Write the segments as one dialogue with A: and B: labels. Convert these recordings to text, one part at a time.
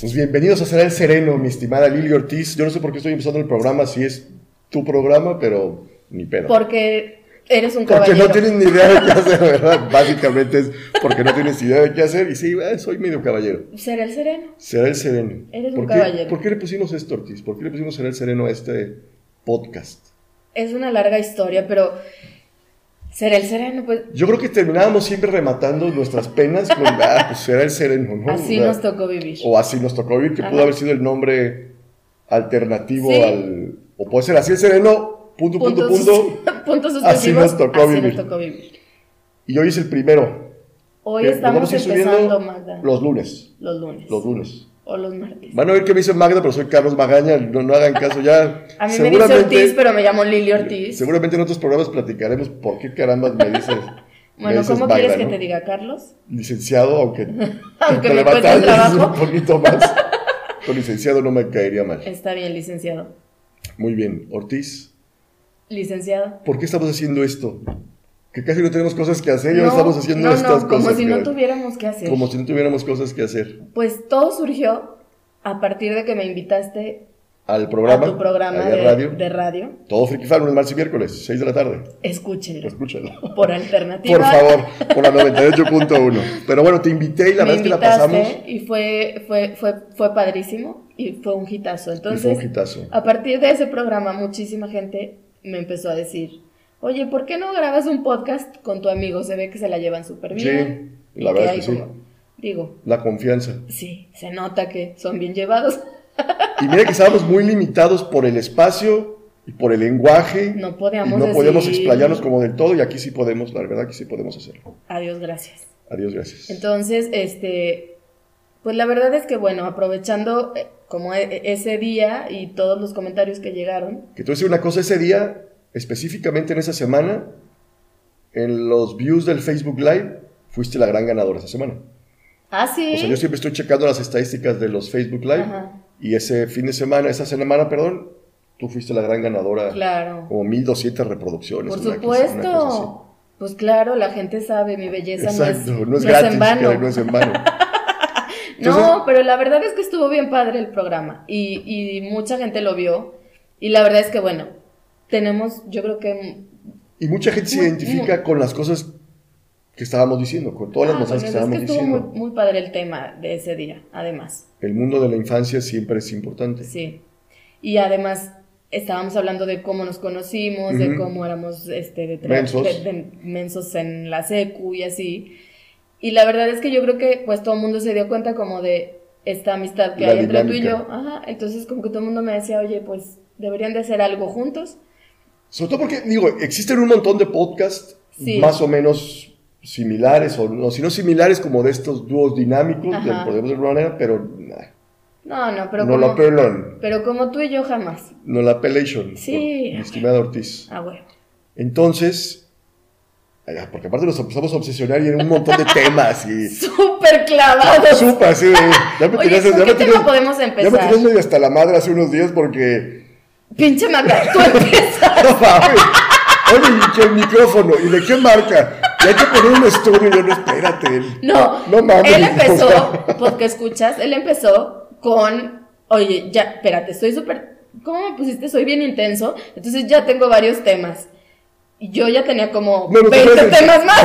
A: Pues bienvenidos a Será el Sereno, mi estimada Lili Ortiz. Yo no sé por qué estoy empezando el programa, si es tu programa, pero ni pedo.
B: Porque eres un
A: Porque
B: caballero.
A: no tienes ni idea de qué hacer, ¿verdad? Básicamente es porque no tienes idea de qué hacer. Y sí, eh, soy medio caballero.
B: Será el sereno.
A: Será el sereno.
B: Eres un
A: ¿Por qué-
B: caballero.
A: ¿Por qué le pusimos esto, Ortiz? ¿Por qué le pusimos Será el sereno a este podcast?
B: Es una larga historia, pero será el sereno, pues
A: Yo creo que terminábamos siempre rematando nuestras penas con, ah, pues será el sereno, ¿no?
B: así
A: O sea,
B: nos tocó vivir.
A: O así nos tocó vivir, que pudo
B: Ajá.
A: haber sido el nombre alternativo
B: Sí.
A: al... O puede ser así el sereno, punto, punto, punto.
B: sus- puntos suspensivos.
A: Así nos tocó
B: así
A: vivir.
B: nos tocó vivir.
A: Y hoy es el primero.
B: Hoy
A: que lo
B: estamos
A: vamos a ir subiendo
B: empezando, Magda. Los,
A: Los lunes,
B: lunes.
A: los lunes.
B: O los martes.
A: Van a ver que me dice Magda, pero soy Carlos Magaña, no, no hagan caso ya.
B: A mí me dice Ortiz, pero me llamo Lili Ortiz.
A: Seguramente en otros programas platicaremos por qué carambas me dices. me
B: bueno,
A: dices
B: ¿cómo
A: Magda,
B: quieres que
A: ¿no?
B: te diga, Carlos?
A: Licenciado, aunque,
B: Aunque
A: te
B: me cueste
A: batalles
B: trabajo.
A: un poquito más. Con licenciado no me caería mal.
B: Está bien, licenciado.
A: Muy bien, Ortiz,
B: Licenciado.
A: ¿por qué estamos haciendo esto? Que casi no tenemos cosas que hacer y ahora
B: No,
A: estamos haciendo
B: no,
A: estas
B: no,
A: cosas.
B: Como si no
A: caray.
B: tuviéramos que hacer.
A: Como si no tuviéramos cosas que hacer.
B: Pues todo surgió a partir de que me invitaste
A: Al programa,
B: a tu programa
A: ahí a
B: de
A: radio.
B: de radio.
A: Todo Friki Fan, lunes, martes y miércoles, 6 de la tarde.
B: Escúchenlo.
A: Escúchalo.
B: Por
A: Pues, Por
B: alternativa.
A: favor, por la 98.1. Pero bueno, te invité y la
B: me
A: verdad es que la
B: invitaste
A: pasamos.
B: Y fue, fue, fue, fue padrísimo y fue un hitazo.
A: y fue un
B: Entonces,
A: hitazo.
B: a partir de ese programa, muchísima gente me empezó a decir, oye, ¿por qué no grabas un podcast con tu amigo? Se ve que se la llevan súper
A: Sí,
B: bien.
A: la
B: y
A: verdad
B: hay
A: es que sí.
B: como- Digo,
A: La confianza.
B: sí, se nota que son bien llevados.
A: Y mira que estábamos muy limitados por el espacio y por el lenguaje.
B: No
A: y
B: podíamos
A: no podíamos
B: decir,
A: explayarnos como del todo. Y aquí sí podemos, la verdad que sí podemos hacerlo.
B: Adiós, gracias.
A: Adiós, gracias.
B: Entonces, este, pues la verdad es que bueno, aprovechando eh, como e- e- ese día y todos los comentarios que llegaron,
A: que tú decir una cosa ese día, específicamente en esa semana, en los views del Facebook Live, fuiste la gran ganadora esa semana.
B: ah, sí,
A: O sea, yo siempre estoy checando las estadísticas de los Facebook Live.
B: Ajá.
A: Y ese fin de semana, esa semana, perdón, tú fuiste la gran ganadora.
B: claro,
A: Como 1200 reproducciones.
B: por
A: una cosa-
B: supuesto,
A: una cosa
B: pues claro, la gente sabe, mi belleza
A: así.
B: no es,
A: Exacto, no es,
B: no es
A: gratis,
B: en vano.
A: caray, no es en vano. Entonces-
B: No, pero la verdad es que estuvo bien padre el programa y, y mucha gente lo vio y la verdad es que bueno, tenemos, yo creo que
A: Y mucha gente se
B: Muy-
A: identifica con las cosas que estábamos diciendo, con todas las
B: Ah,
A: mensajes
B: bueno,
A: que
B: es
A: estábamos
B: que estuvo
A: diciendo.
B: muy- muy padre el tema de ese día, además.
A: El mundo de la infancia siempre es importante.
B: Sí. Y además estábamos hablando de cómo nos conocimos, de
A: Ujú.
B: cómo éramos este, de, tra-
A: Mensos.
B: de- de mensos en la secu y así. Y la verdad es que yo creo que pues todo el mundo se dio cuenta como de esta amistad que
A: La
B: hay entre tú y yo.
A: dinámica.
B: Ajá. Entonces como que todo el mundo me decía, oye, pues deberían de hacer algo juntos.
A: Sobre todo porque, digo, existen un montón de podcasts
B: Sí.
A: más o menos similares, o no, si no similares como de estos dúos dinámicos,
B: Ajá.
A: le podemos de alguna manera, pero nah,
B: No, no, pero
A: no la
B: como,
A: pelan,
B: pero como tú y yo jamás.
A: no la pelation,
B: Sí.
A: por mi estimada Ortiz.
B: Ah, bueno.
A: Entonces, ay, ah, porque aparte nos empezamos a obsesionar y en un montón de temas y
B: Súper clavados.
A: supa, así de, ya me
B: Oye,
A: tenías-
B: ¿con
A: ya
B: qué
A: me
B: tema
A: tenías- ya
B: podemos
A: me
B: empezar?
A: tenías medio hasta la madre hace unos días porque...
B: Pinche Magda, tú empiezas.
A: No mames. Oye, ¿y qué micrófono? ¿Y de qué marca? Y hay que poner un estudio. Yo no, espérate.
B: No,
A: Ah, no mames.
B: Él
A: O
B: empezó,
A: sea,
B: porque escuchas, él empezó con, oye, ya, espérate, estoy súper, ¿cómo me pusiste? Soy bien intenso, entonces ya tengo varios temas. Y yo ya tenía como
A: No, no,
B: 20
A: espérate.
B: temas más.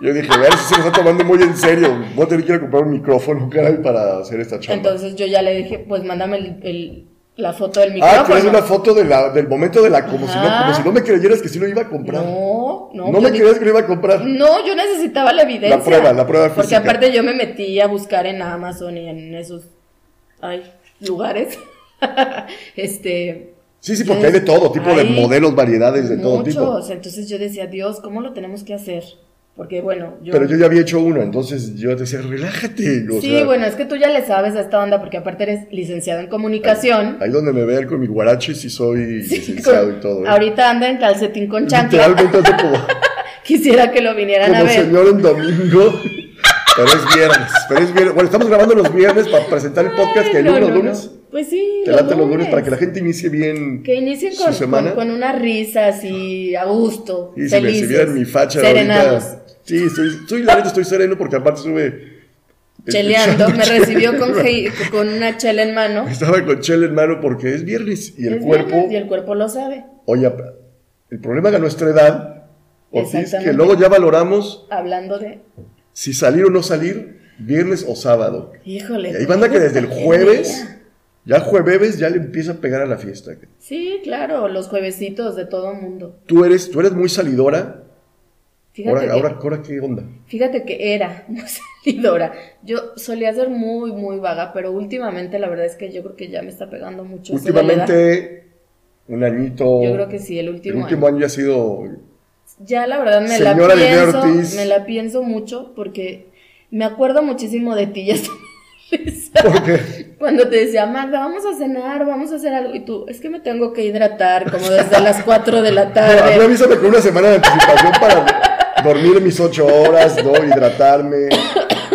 A: Yo dije, a ver si se lo está tomando muy en serio. Voy a tener que ir a comprar un micrófono, caray, para hacer esta chamba.
B: Entonces yo ya le dije, pues mándame el- el- la foto del micrófono.
A: ah, querías una foto de la, del momento de la. Como si, no,
B: Ajá.
A: como si no me creyeras que sí lo iba a comprar.
B: No, no.
A: No
B: yo Mm,
A: me
B: di-
A: creías que lo iba a comprar.
B: No, yo necesitaba la evidencia.
A: La prueba, la prueba
B: Porque
A: física.
B: aparte yo me metí a buscar en Amazon y en esos, ay, lugares. este,
A: Sí, sí, porque hay de todo, tipo de
B: Hay
A: modelos, variedades, de todo
B: Muchos.
A: tipo.
B: Entonces yo decía, Dios, ¿cómo lo tenemos que hacer? Porque bueno, yo.
A: Pero yo ya había hecho uno, entonces yo decía, relájate. o
B: sí,
A: sea,
B: bueno, es que tú ya le sabes a esta onda, porque aparte eres licenciado en comunicación.
A: Ahí donde me vean con mi guarache, sí soy
B: Sí,
A: licenciado
B: con-
A: y todo. ¿eh?
B: Ahorita anda en calcetín con chancla.
A: Literalmente hace como.
B: Quisiera que lo vinieran a
A: Como
B: ver.
A: señor en domingo. Pero es viernes, pero es viernes. Bueno, estamos grabando los viernes para presentar el podcast
B: Ay,
A: que el
B: no,
A: lunes,
B: no,
A: lunes.
B: no. Pues sí.
A: Te late los lunes para que la gente inicie bien.
B: Que inicien
A: su
B: con,
A: semana.
B: con, con unas risas y a gusto.
A: y si, me,
B: felices,
A: si vieran mi facha
B: serenados.
A: ahorita. Sí, estoy, estoy, la neta estoy sereno porque aparte sube
B: cheleando, me recibió con, ge- con una chela en mano.
A: Estaba con chela en mano porque es viernes y el
B: Es
A: cuerpo.
B: viernes Y el cuerpo lo sabe.
A: Oye, el problema de nuestra edad, Ortiz, que
B: Exactamente.
A: luego ya valoramos
B: Hablando de.
A: si salir o no salir, viernes o sábado.
B: Híjole.
A: Y hay banda que desde el
B: qué
A: jueves,
B: día.
A: ya jueves, ya le empieza a pegar a la fiesta.
B: Sí, claro, los juevesitos de todo mundo.
A: Tú eres, tú eres muy salidora.
B: Fíjate,
A: Ahora,
B: que,
A: ahora, ahora, ¿qué onda?
B: fíjate que era muy salidora. Yo solía ser muy, muy vaga, pero últimamente la verdad es que yo creo que ya me está pegando mucho. eso de la edad.
A: Últimamente, un añito.
B: Yo creo que sí, el último,
A: el último
B: año.
A: año ya ha sido.
B: Ya la verdad me
A: Señora
B: la
A: Lidia
B: pienso,
A: Ortiz.
B: me la pienso mucho porque me acuerdo muchísimo de ti. Ya está- risa.
A: Porque
B: Cuando te decía, Magda, vamos a cenar, vamos a hacer algo, y tú, es que me tengo que hidratar como desde las 4 de la
A: a mí
B: tarde.
A: avísame con una semana de anticipación para dormir mis ocho horas, ¿no? Hidratarme,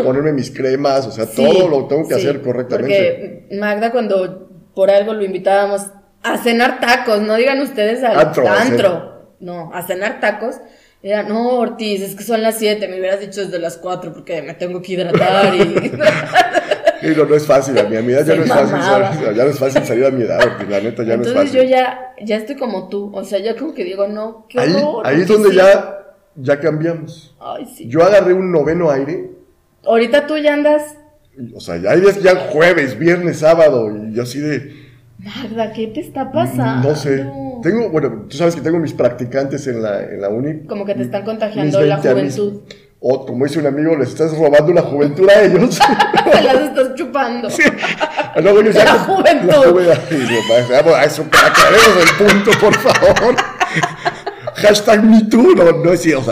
A: ponerme mis cremas, o sea,
B: Sí,
A: todo lo tengo que
B: sí,
A: hacer correctamente.
B: Porque Magda, cuando por algo lo invitábamos a cenar tacos, no digan ustedes al
A: Antro,
B: antro,
A: a
B: no, a cenar tacos. Era, no, Ortiz, es que son las 7, me hubieras dicho desde las 4 porque me tengo que hidratar y...
A: Digo, no es fácil, a mi a mi edad ya
B: Se
A: no es fácil,
B: mamaba.
A: salir, ya no es fácil salir a mi edad, porque la neta ya
B: Entonces
A: no es
B: yo
A: fácil.
B: ya, ya estoy como tú, o sea, yo como que digo, no, qué
A: ahí
B: horror,
A: ahí es
B: qué
A: donde
B: sí.
A: ya, ya cambiamos.
B: Ay, sí.
A: Yo agarré un noveno aire,
B: Ahorita tú ya andas...
A: y, o sea, ya hay días que ya jueves, viernes, sábado, y yo así de,
B: Magda, ¿qué te está pasando?
A: Mm, No sé. Tengo, bueno, tú sabes que tengo mis practicantes en la, en la uni.
B: Como que te están
A: Mis
B: contagiando la
A: 20 a mis-
B: juventud.
A: O, como dice un amigo, les estás robando la juventud a ellos.
B: Te las estás chupando.
A: Luego ellos ya-
B: La juventud.
A: la Y yo, pues, vamos a eso, aclaremos el punto, por favor. Hashtag MeToo, no, no es cierto.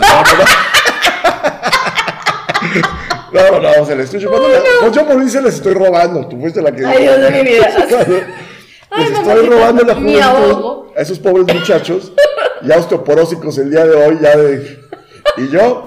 A: No, no, no, no, se les estoy chupando. la- Pues yo por mí se les estoy robando. Tú fuiste la que.
B: Ay, Dios de mi vida. Ay,
A: Les estoy
B: mamacita,
A: robando la
B: mi
A: juventud
B: ahogo.
A: a esos pobres muchachos, ya osteoporósicos el día de hoy, ya de... Y yo,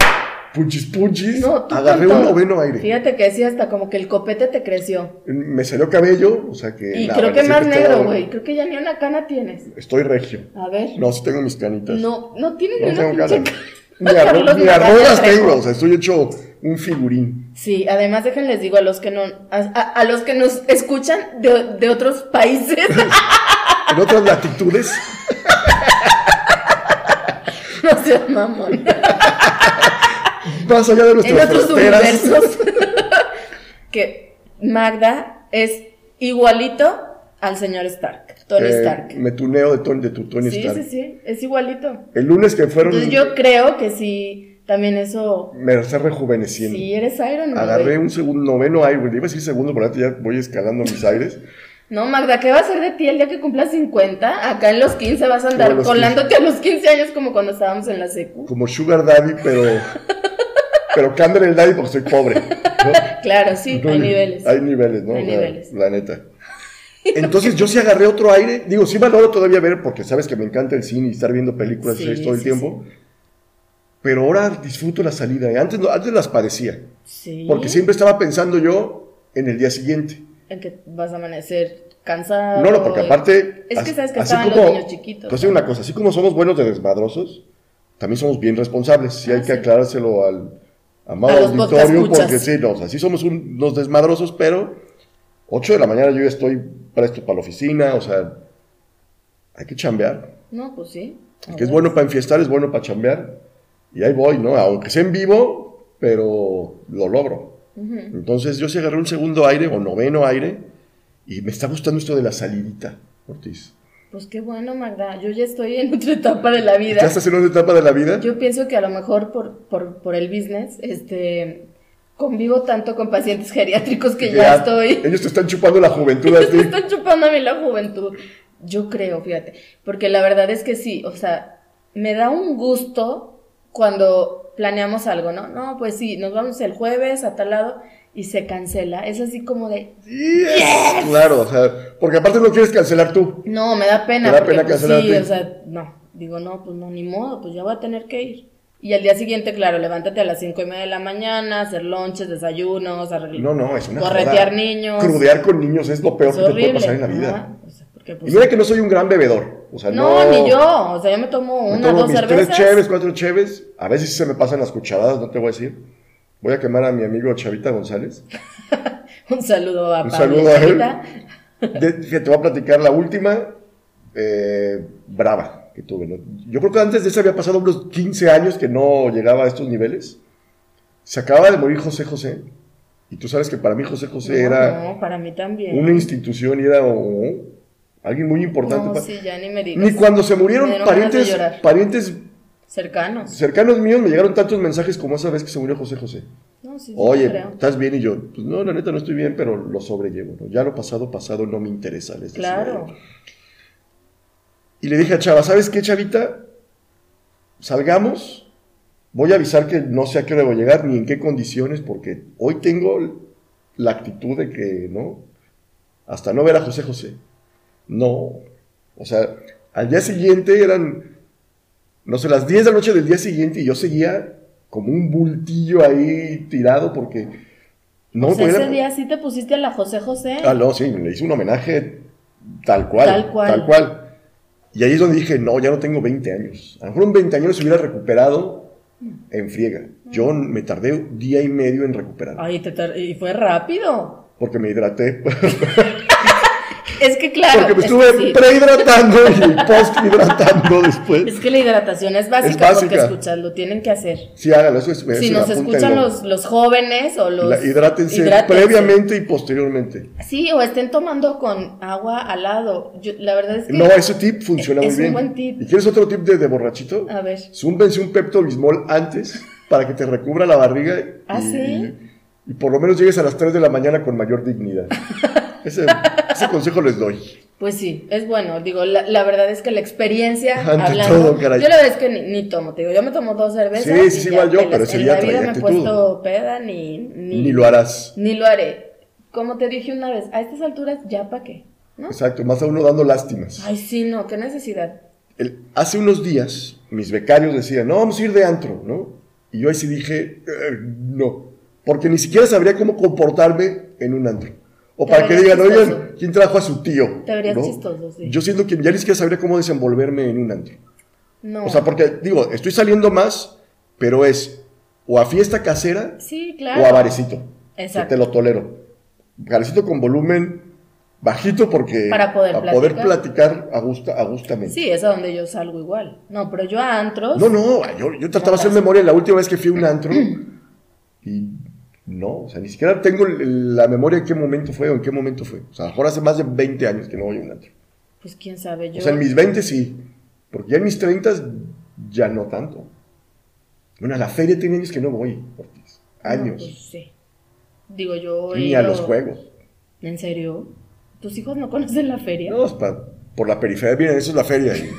A: punchis punchis,
B: No, tú
A: agarré
B: con
A: un
B: todo.
A: noveno aire.
B: Fíjate que sí, hasta como que el copete te creció.
A: Me salió cabello, o sea que...
B: Y
A: nah,
B: creo
A: Eh, bueno,
B: que más
A: siempre estaba-
B: negro, güey. Creo que ya ni una cana tienes.
A: Estoy regio.
B: A ver.
A: No, sí tengo mis canitas.
B: No, no tienes
A: No
B: ni una
A: tengo cara.
B: pinche cana.
A: Ni, arro-
B: Carlos
A: ni
B: Magaña
A: arrugas
B: Trejo.
A: tengo, o sea, estoy hecho un figurín.
B: Sí, además déjenles digo a los que no, a, a- a los que nos escuchan de, de otros países,
A: En otras latitudes,
B: no seas mamón.
A: más allá de
B: en
A: nuestras
B: otros
A: fronteras,
B: universos. que Magda es igualito al señor Stark, Tony
A: eh,
B: Stark.
A: me tuneo de, Tony, de tu Tony
B: sí,
A: Stark.
B: sí, sí, es igualito.
A: El lunes que fueron,
B: Entonces yo creo que sí, también eso.
A: me esté rejuveneciendo.
B: Sí, eres Iron Man.
A: Agarré
B: güey.
A: un segundo, noveno aire, güey. Le iba a decir segundo, pero ahorita ya voy escalando mis aires.
B: No, Magda, ¿qué va a ser de ti el día que cumplas 50? Acá en los 15 vas
A: Como
B: a
A: a
B: andar
A: los
B: colándote a los 15 años como cuando estábamos en la secu.
A: Como Sugar Daddy, pero. Pero cámbiale el daddy porque soy pobre. ¿no?
B: Claro, sí, hay
A: Entonces,
B: niveles.
A: Hay niveles, ¿no?
B: Hay
A: O sea,
B: niveles.
A: La neta. Entonces yo sí agarré otro aire. Digo, sí valoro todavía ver, porque sabes que me encanta el cine y estar viendo películas y
B: Sí,
A: series todo el
B: sí,
A: tiempo. Pero ahora disfruto la salida. ¿eh? Antes, no- antes las padecía.
B: Sí.
A: Porque siempre estaba pensando yo en el día siguiente.
B: En que vas a amanecer cansado.
A: No, no, porque
B: y-
A: aparte.
B: Es que
A: as-
B: sabes que
A: así
B: estaban los
A: como-
B: niños chiquitos.
A: Entonces, una cosa, así como somos buenos de desmadrosos, también somos bien responsables. Sí,
B: Ah,
A: hay que
B: sí.
A: aclarárselo al amado
B: A los
A: auditorio,
B: podcastcuchas.
A: porque sí, no, o sea, sí somos un- unos desmadrosos, pero 8 de la mañana yo ya estoy presto para la oficina, o sea, hay que chambear.
B: No, pues sí.
A: El que es bueno para enfiestar, es bueno para chambear. Y ahí voy, ¿no? Aunque sea en vivo, pero lo logro.
B: Ujú.
A: Entonces yo sí agarré un segundo aire o noveno aire y me está gustando esto de la salidita, Ortiz.
B: Pues qué bueno, Magda. Yo ya estoy en otra etapa de la vida.
A: ¿Ya estás en una etapa de la vida?
B: Yo pienso que a lo mejor por, por, por el business, este, convivo tanto con pacientes geriátricos que ya, estoy.
A: Ellos te están chupando la juventud a
B: Me
A: ti.
B: están chupando a mí la juventud. Yo creo, fíjate. Porque la verdad es que sí, o sea, me da un gusto cuando planeamos algo, ¿no? No, pues sí, nos vamos el jueves a tal lado y se cancela. Es así como de,
A: Yes, Claro, o sea, porque aparte no quieres cancelar tú.
B: No, me da pena.
A: Te da
B: porque,
A: pena
B: pues,
A: cancelar
B: Sí,
A: a ti.
B: o sea, no. Digo, no, pues no, ni modo, pues ya voy a tener que ir. Y al día siguiente, claro, levántate a las cinco y media de la mañana, hacer lonches, desayunos, arreglar.
A: No, no, es una
B: Corretear
A: joda.
B: niños.
A: Crudear con niños es lo peor
B: es
A: que te puede
B: horrible.
A: pasar en la
B: ¿no?
A: vida.
B: O sea, porque,
A: Y
B: pues,
A: mira que no soy un gran bebedor. O sea, no,
B: no, ni yo. O sea, yo me tomo
A: me
B: una,
A: tomo
B: dos
A: mis
B: cervezas.
A: tres cheves, cuatro cheves. A veces sí se me pasan las cucharadas, no te voy a decir. Voy a quemar a mi amigo Chavita González.
B: Un saludo a
A: Un
B: Pablo
A: saludo a él.
B: Chavita.
A: De- que te voy a platicar la última eh, brava que tuve. ¿no? Yo creo que antes de eso había pasado unos 15 años que no llegaba a estos niveles. Se acaba de morir José José. Y tú sabes que para mí José José
B: No,
A: era
B: no, para mí también.
A: una institución y era oh, alguien muy importante.
B: No,
A: pa-
B: sí, ya ni me digas.
A: Ni cuando se murieron
B: Me dieron ganas de
A: parientes,
B: llorar.
A: parientes
B: Cercanos.
A: cercanos míos me llegaron tantos mensajes como esa vez que se murió José José.
B: No, sí, sí,
A: Oye,
B: te creo.
A: ¿estás bien? Y yo, pues no, la neta no estoy bien, pero lo sobrellevo. ¿no? Ya lo pasado, pasado no me interesa. les decía ¿eh?
B: Claro.
A: yo. Y le dije a Chava, ¿sabes qué, Chavita? Salgamos, voy a avisar que no sé a qué hora voy a llegar ni en qué condiciones, porque hoy tengo la actitud de que, ¿no? Hasta no ver a José José. No. O sea, al día siguiente eran, no sé, las 10 de la noche del día siguiente y yo seguía como un bultillo ahí tirado porque no
B: O sea,
A: podía-
B: ese día sí te pusiste a la José José.
A: Ah, no, sí, le hice un homenaje tal cual.
B: Eh. Tal
A: Tal
B: cual.
A: cual. Y ahí es donde dije, no, ya no tengo 20 años. A lo mejor un 20 años se hubiera recuperado en friega. Yo
B: Mm.
A: me tardé un día y medio en recuperarme.
B: Ay, te tar- y fue rápido.
A: Porque me hidraté.
B: Es que claro.
A: porque me
B: es
A: estuve
B: que sí.
A: prehidratando y posthidratando después.
B: Es que la hidratación es básica,
A: Es básica.
B: porque escuchas, lo tienen que hacer.
A: Sí, háganlo, eso es.
B: Si
A: eso,
B: nos
A: apúntenlo.
B: escuchan los, los jóvenes o los.
A: La- hidrátense
B: hidrátense.
A: previamente y posteriormente.
B: Sí, o estén tomando con agua al lado. Yo- la verdad es que.
A: No, ese tip funciona
B: Es
A: muy
B: un
A: bien.
B: buen tip.
A: ¿Y quieres otro tip de, de borrachito?
B: A ver.
A: Zúmbense un Pepto Bismol antes para que te recubra la barriga y,
B: ¿Ah, sí?
A: y por lo menos llegues a las 3 de la mañana con mayor dignidad. Ese, ese consejo les doy.
B: Pues sí, es bueno. Digo, la, la verdad es que la experiencia.
A: Ante
B: hablando,
A: todo, caray.
B: Yo la verdad es que ni, ni tomo, te digo. Yo me tomo dos cervezas.
A: Sí, sí,
B: y
A: sí,
B: ya,
A: igual yo,
B: pelas.
A: pero ese
B: En
A: día
B: la vida
A: traía
B: me he
A: actitud.
B: puesto peda ni. Ni,
A: Ni, lo harás.
B: ni lo haré. Como te dije una vez, a estas alturas ya pa' qué, ¿no?
A: Exacto, más a uno dando lástimas.
B: Ay, sí, no, qué necesidad.
A: El- hace unos días mis becarios decían, no, vamos a ir de antro, ¿no? Y yo ahí sí dije, "Eh, no, porque ni siquiera sabría cómo comportarme en un antro. O
B: Te
A: para que
B: verías
A: digan,
B: chistoso.
A: oigan, ¿quién trajo a su tío?
B: Te verías
A: ¿No?
B: chistoso, sí.
A: Yo siento que ya ni siquiera sabría cómo desenvolverme en un antro.
B: No.
A: O sea, porque digo, estoy saliendo más, pero es o a fiesta casera
B: sí, claro.
A: o a barecito.
B: Exacto.
A: Que te lo tolero. Barecito con volumen bajito porque...
B: Para poder
A: para poder
B: platicar.
A: platicar a, gusta, a gustamente.
B: Sí, pues, es a donde yo salgo igual. No, pero yo a antros.
A: No, no, yo, yo trataba de hacer memoria la última vez que fui a un antro y no, o sea, ni siquiera tengo el- la memoria en qué momento fue o en qué momento fue. O sea, a lo mejor hace más de 20 años que no voy a un antro.
B: Pues quién sabe yo.
A: O sea, en mis 20 sí, porque ya en mis 30 ya no tanto. Bueno, a la feria tiene años que no voy, Ortiz.
B: No,
A: Años.
B: pues, sí. Digo, yo. he
A: ni a
B: ido-
A: los juegos.
B: ¿En serio? ¿Tus hijos no conocen la feria?
A: No, es pa- por la periferia, miren, eso es la feria. y-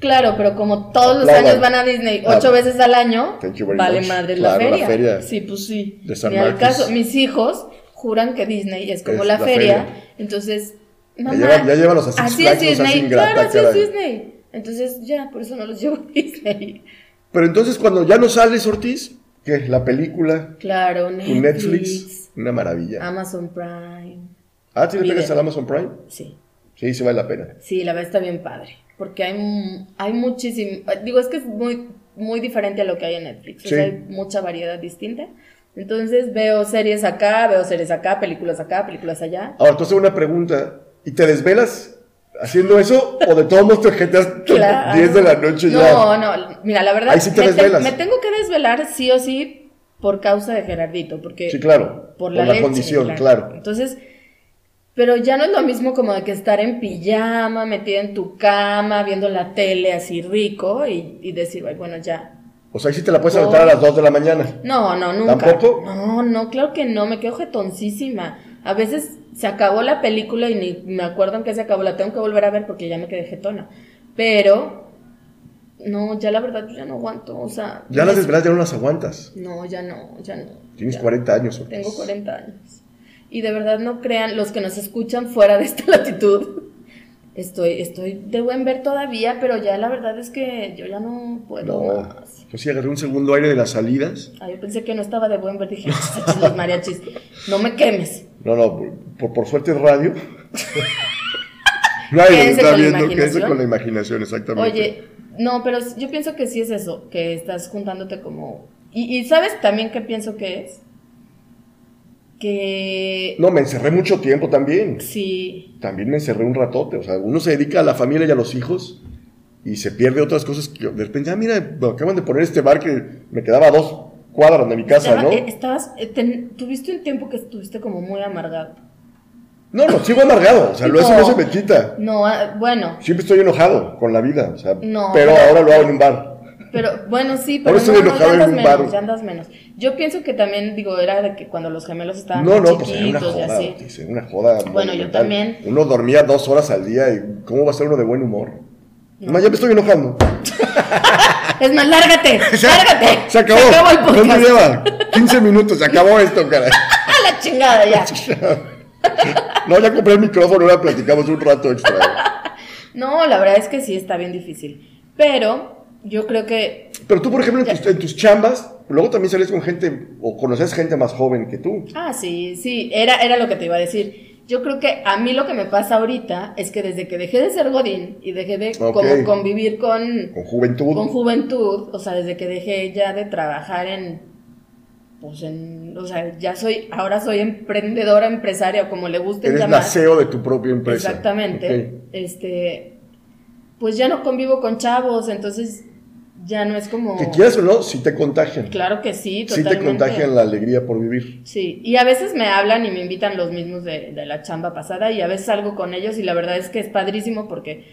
B: Claro, pero como todos los
A: Aplaudan.
B: años van a Disney ocho
A: Ah.
B: veces al año,
A: Thank you very
B: vale
A: much.
B: madre la,
A: Claro,
B: feria.
A: la feria
B: Sí, pues sí.
A: de San
B: Ni al
A: Marcos.
B: caso, mis hijos juran que Disney es como
A: Es
B: la,
A: la
B: feria.
A: feria.
B: entonces,
A: Ya
B: mamá,
A: llevan- ya llevan los a Six
B: así es
A: Flags, los
B: Disney,
A: hacen grata,
B: claro, así es
A: caray.
B: Disney. Entonces ya, por eso no los llevo a Disney.
A: Pero entonces cuando ya no sales, Ortiz, ¿qué? La película,
B: Claro,
A: tu
B: Netflix, Ah,
A: Netflix, una maravilla.
B: Amazon Prime,
A: Ah, ¿sí le pegas
B: Video.
A: al Amazon Prime?
B: sí.
A: Sí, sí vale la pena.
B: Sí, la verdad está bien padre, porque hay, mu- hay muchísimo, digo, es que es muy, muy diferente a lo que hay en Netflix, o
A: Sí.
B: sea, hay mucha variedad distinta. Entonces veo series acá, veo series acá, películas acá, películas allá.
A: Ahora, tú haces una pregunta. ¿Y te desvelas haciendo eso? ¿O de todos modos te jeteas
B: Claro.
A: 10 de la noche ya?
B: No, no, mira, la verdad,
A: Ahí sí te
B: me, te-
A: desvelas.
B: me tengo que desvelar sí o sí por causa de Gerardito, porque
A: Sí, claro.
B: por la, leche,
A: condición, claro.
B: Entonces, pero ya no es lo mismo como de que estar en pijama, metida en tu cama, viendo la tele así rico y, y decir, "Ay, bueno, ya,
A: O sea, ahí sí te la puedes
B: No.
A: aventar a las 2 de la mañana.
B: No, no, nunca.
A: ¿Tampoco?
B: No, no, claro que no, me quedo jetoncísima. A veces se acabó la película y ni me acuerdo en qué se acabó, la tengo que volver a ver porque ya me quedé jetona. Pero, no, ya la verdad yo ya no aguanto, o sea...
A: Ya las
B: me-
A: desvelas ya no las aguantas.
B: No, ya no, ya no.
A: Tienes
B: ya.
A: 40 años. Ortiz.
B: Tengo 40 años. Y de verdad no crean, los que nos escuchan fuera de esta latitud, estoy, estoy de buen ver todavía, pero ya la verdad es que yo ya no puedo
A: No.
B: más.
A: Yo sí agarré un segundo aire de las salidas.
B: Ah, yo pensé que no estaba de buen ver, dije, "Chis, los mariachis, no me quemes.
A: No, no, por, por, por suerte es radio. Nadie
B: Quédense
A: lo está
B: con la
A: viendo, quédense
B: imaginación.
A: con la imaginación, exactamente.
B: Oye, no, pero yo pienso que sí es eso, que estás juntándote como Y, y ¿sabes también qué pienso que es? Que...
A: No, me encerré mucho tiempo también.
B: Sí,
A: También me encerré un ratote. O sea, uno se dedica a la familia y a los hijos y se pierde otras cosas. Que de repente, ah, mira, me acaban de poner este bar que me quedaba a dos cuadras de mi casa,
B: Estaba-
A: ¿no?
B: eh, estabas, eh, ten- tuviste un tiempo que estuviste como muy amargado.
A: No, no, sigo amargado. O sea, lo- eso no se me quita.
B: No, ah, bueno,
A: Siempre estoy enojado con la vida. O sea,
B: No.
A: pero ahora lo hago en un bar.
B: Pero bueno, sí, pero
A: Ahora estoy
B: no, no,
A: enojado
B: ya
A: en
B: andas
A: un
B: menos,
A: bar.
B: ya andas menos. Yo pienso que también, digo, era de que cuando los gemelos estaban
A: No,
B: muy
A: no, pues era una
B: chiquitos y
A: joda.
B: así.
A: Ortiz, era una joda.
B: Bueno, yo
A: monumental.
B: también.
A: Uno dormía dos horas al día y ¿cómo va a ser uno de buen humor?
B: No.
A: Nomás ya me estoy enojando.
B: Es más, lárgate,
A: Se-
B: lárgate.
A: Se acabó.
B: el
A: ¿Cuánto
B: podcast.
A: lleva? 15 minutos, se acabó esto, caray.
B: ¡Ah, la chingada ya!
A: No, ya compré el micrófono, ahora platicamos un rato extra.
B: No, la verdad es que sí está bien difícil. Pero yo creo que
A: Pero tú, por ejemplo, en tus, en tus chambas, luego también salías con gente o conoces gente más joven que tú.
B: Ah, sí, sí, era, era lo que te iba a decir. Yo creo que a mí lo que me pasa ahorita es que desde que dejé de ser Godín y dejé de
A: Ok.
B: como convivir con,
A: Con juventud.
B: con juventud, o sea, desde que dejé ya de trabajar en, pues en, o sea, ya soy, ahora soy emprendedora, empresaria, o como le guste
A: Eres la
B: llamar.
A: CEO de tu propia empresa.
B: Exactamente.
A: Ok.
B: Este, pues ya no convivo con chavos, entonces ya no es como...
A: Que quieras o no, si te contagian.
B: Claro que sí,
A: si
B: totalmente.
A: te contagian la alegría por vivir.
B: Sí, y a veces me hablan y me invitan los mismos de, de la chamba pasada y a veces salgo con ellos y la verdad es que es padrísimo porque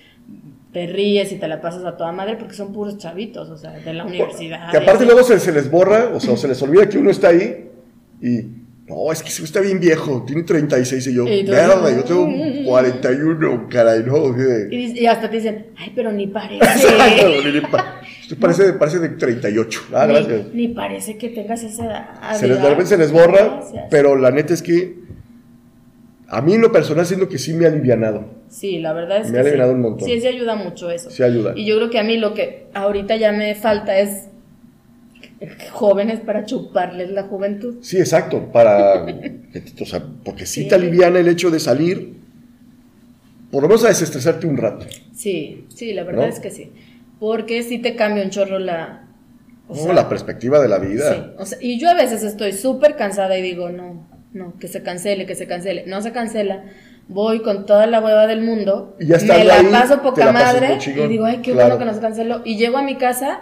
B: te ríes y te la pasas a toda madre porque son puros chavitos, o sea, de la universidad.
A: Que
B: y
A: aparte
B: así.
A: luego se, se les borra, o sea, se les olvida que uno está ahí y. No, es que se está bien viejo, tiene 36 y yo.
B: Y tú- "Mm,
A: Mierda, yo tengo 41, caray, no. o sea,
B: Y, dice- y hasta te dicen, ay, pero ni
A: Exacto,
B: parece.
A: ni pa- usted parece, parece de 38. Ah, gracias.
B: ni, ni parece que tengas esa edad.
A: Se les, de
B: ¿verdad?
A: repente se les borra,
B: Gracias.
A: pero la neta es que a mí en lo personal siento que sí me ha alivianado.
B: Sí, la verdad es
A: Me
B: que
A: ha
B: sí.
A: alivianado un montón.
B: Sí, sí ayuda mucho eso.
A: Sí ayuda.
B: Y yo creo que a mí lo que ahorita ya me falta es jóvenes para chuparles la juventud.
A: Sí, exacto, para... o sea, porque sí,
B: Sí.
A: te aliviana el hecho de salir, por lo menos a desestresarte un rato.
B: Sí, sí, la verdad
A: ¿No?
B: es que sí. Porque sí te cambia un chorro la... o
A: ¿no?
B: sea,
A: la perspectiva de la
B: sí,
A: vida.
B: o sea, y yo a veces estoy súper cansada y digo, no, no, que se cancele, que se cancele. No se cancela. Voy con toda la hueva del mundo.
A: Y ya
B: me
A: estando
B: la
A: ahí,
B: paso
A: te
B: poca
A: la pasas
B: madre.
A: muy chingón,
B: Y digo, ay, qué
A: claro.
B: bueno que no se canceló. Y llego a mi casa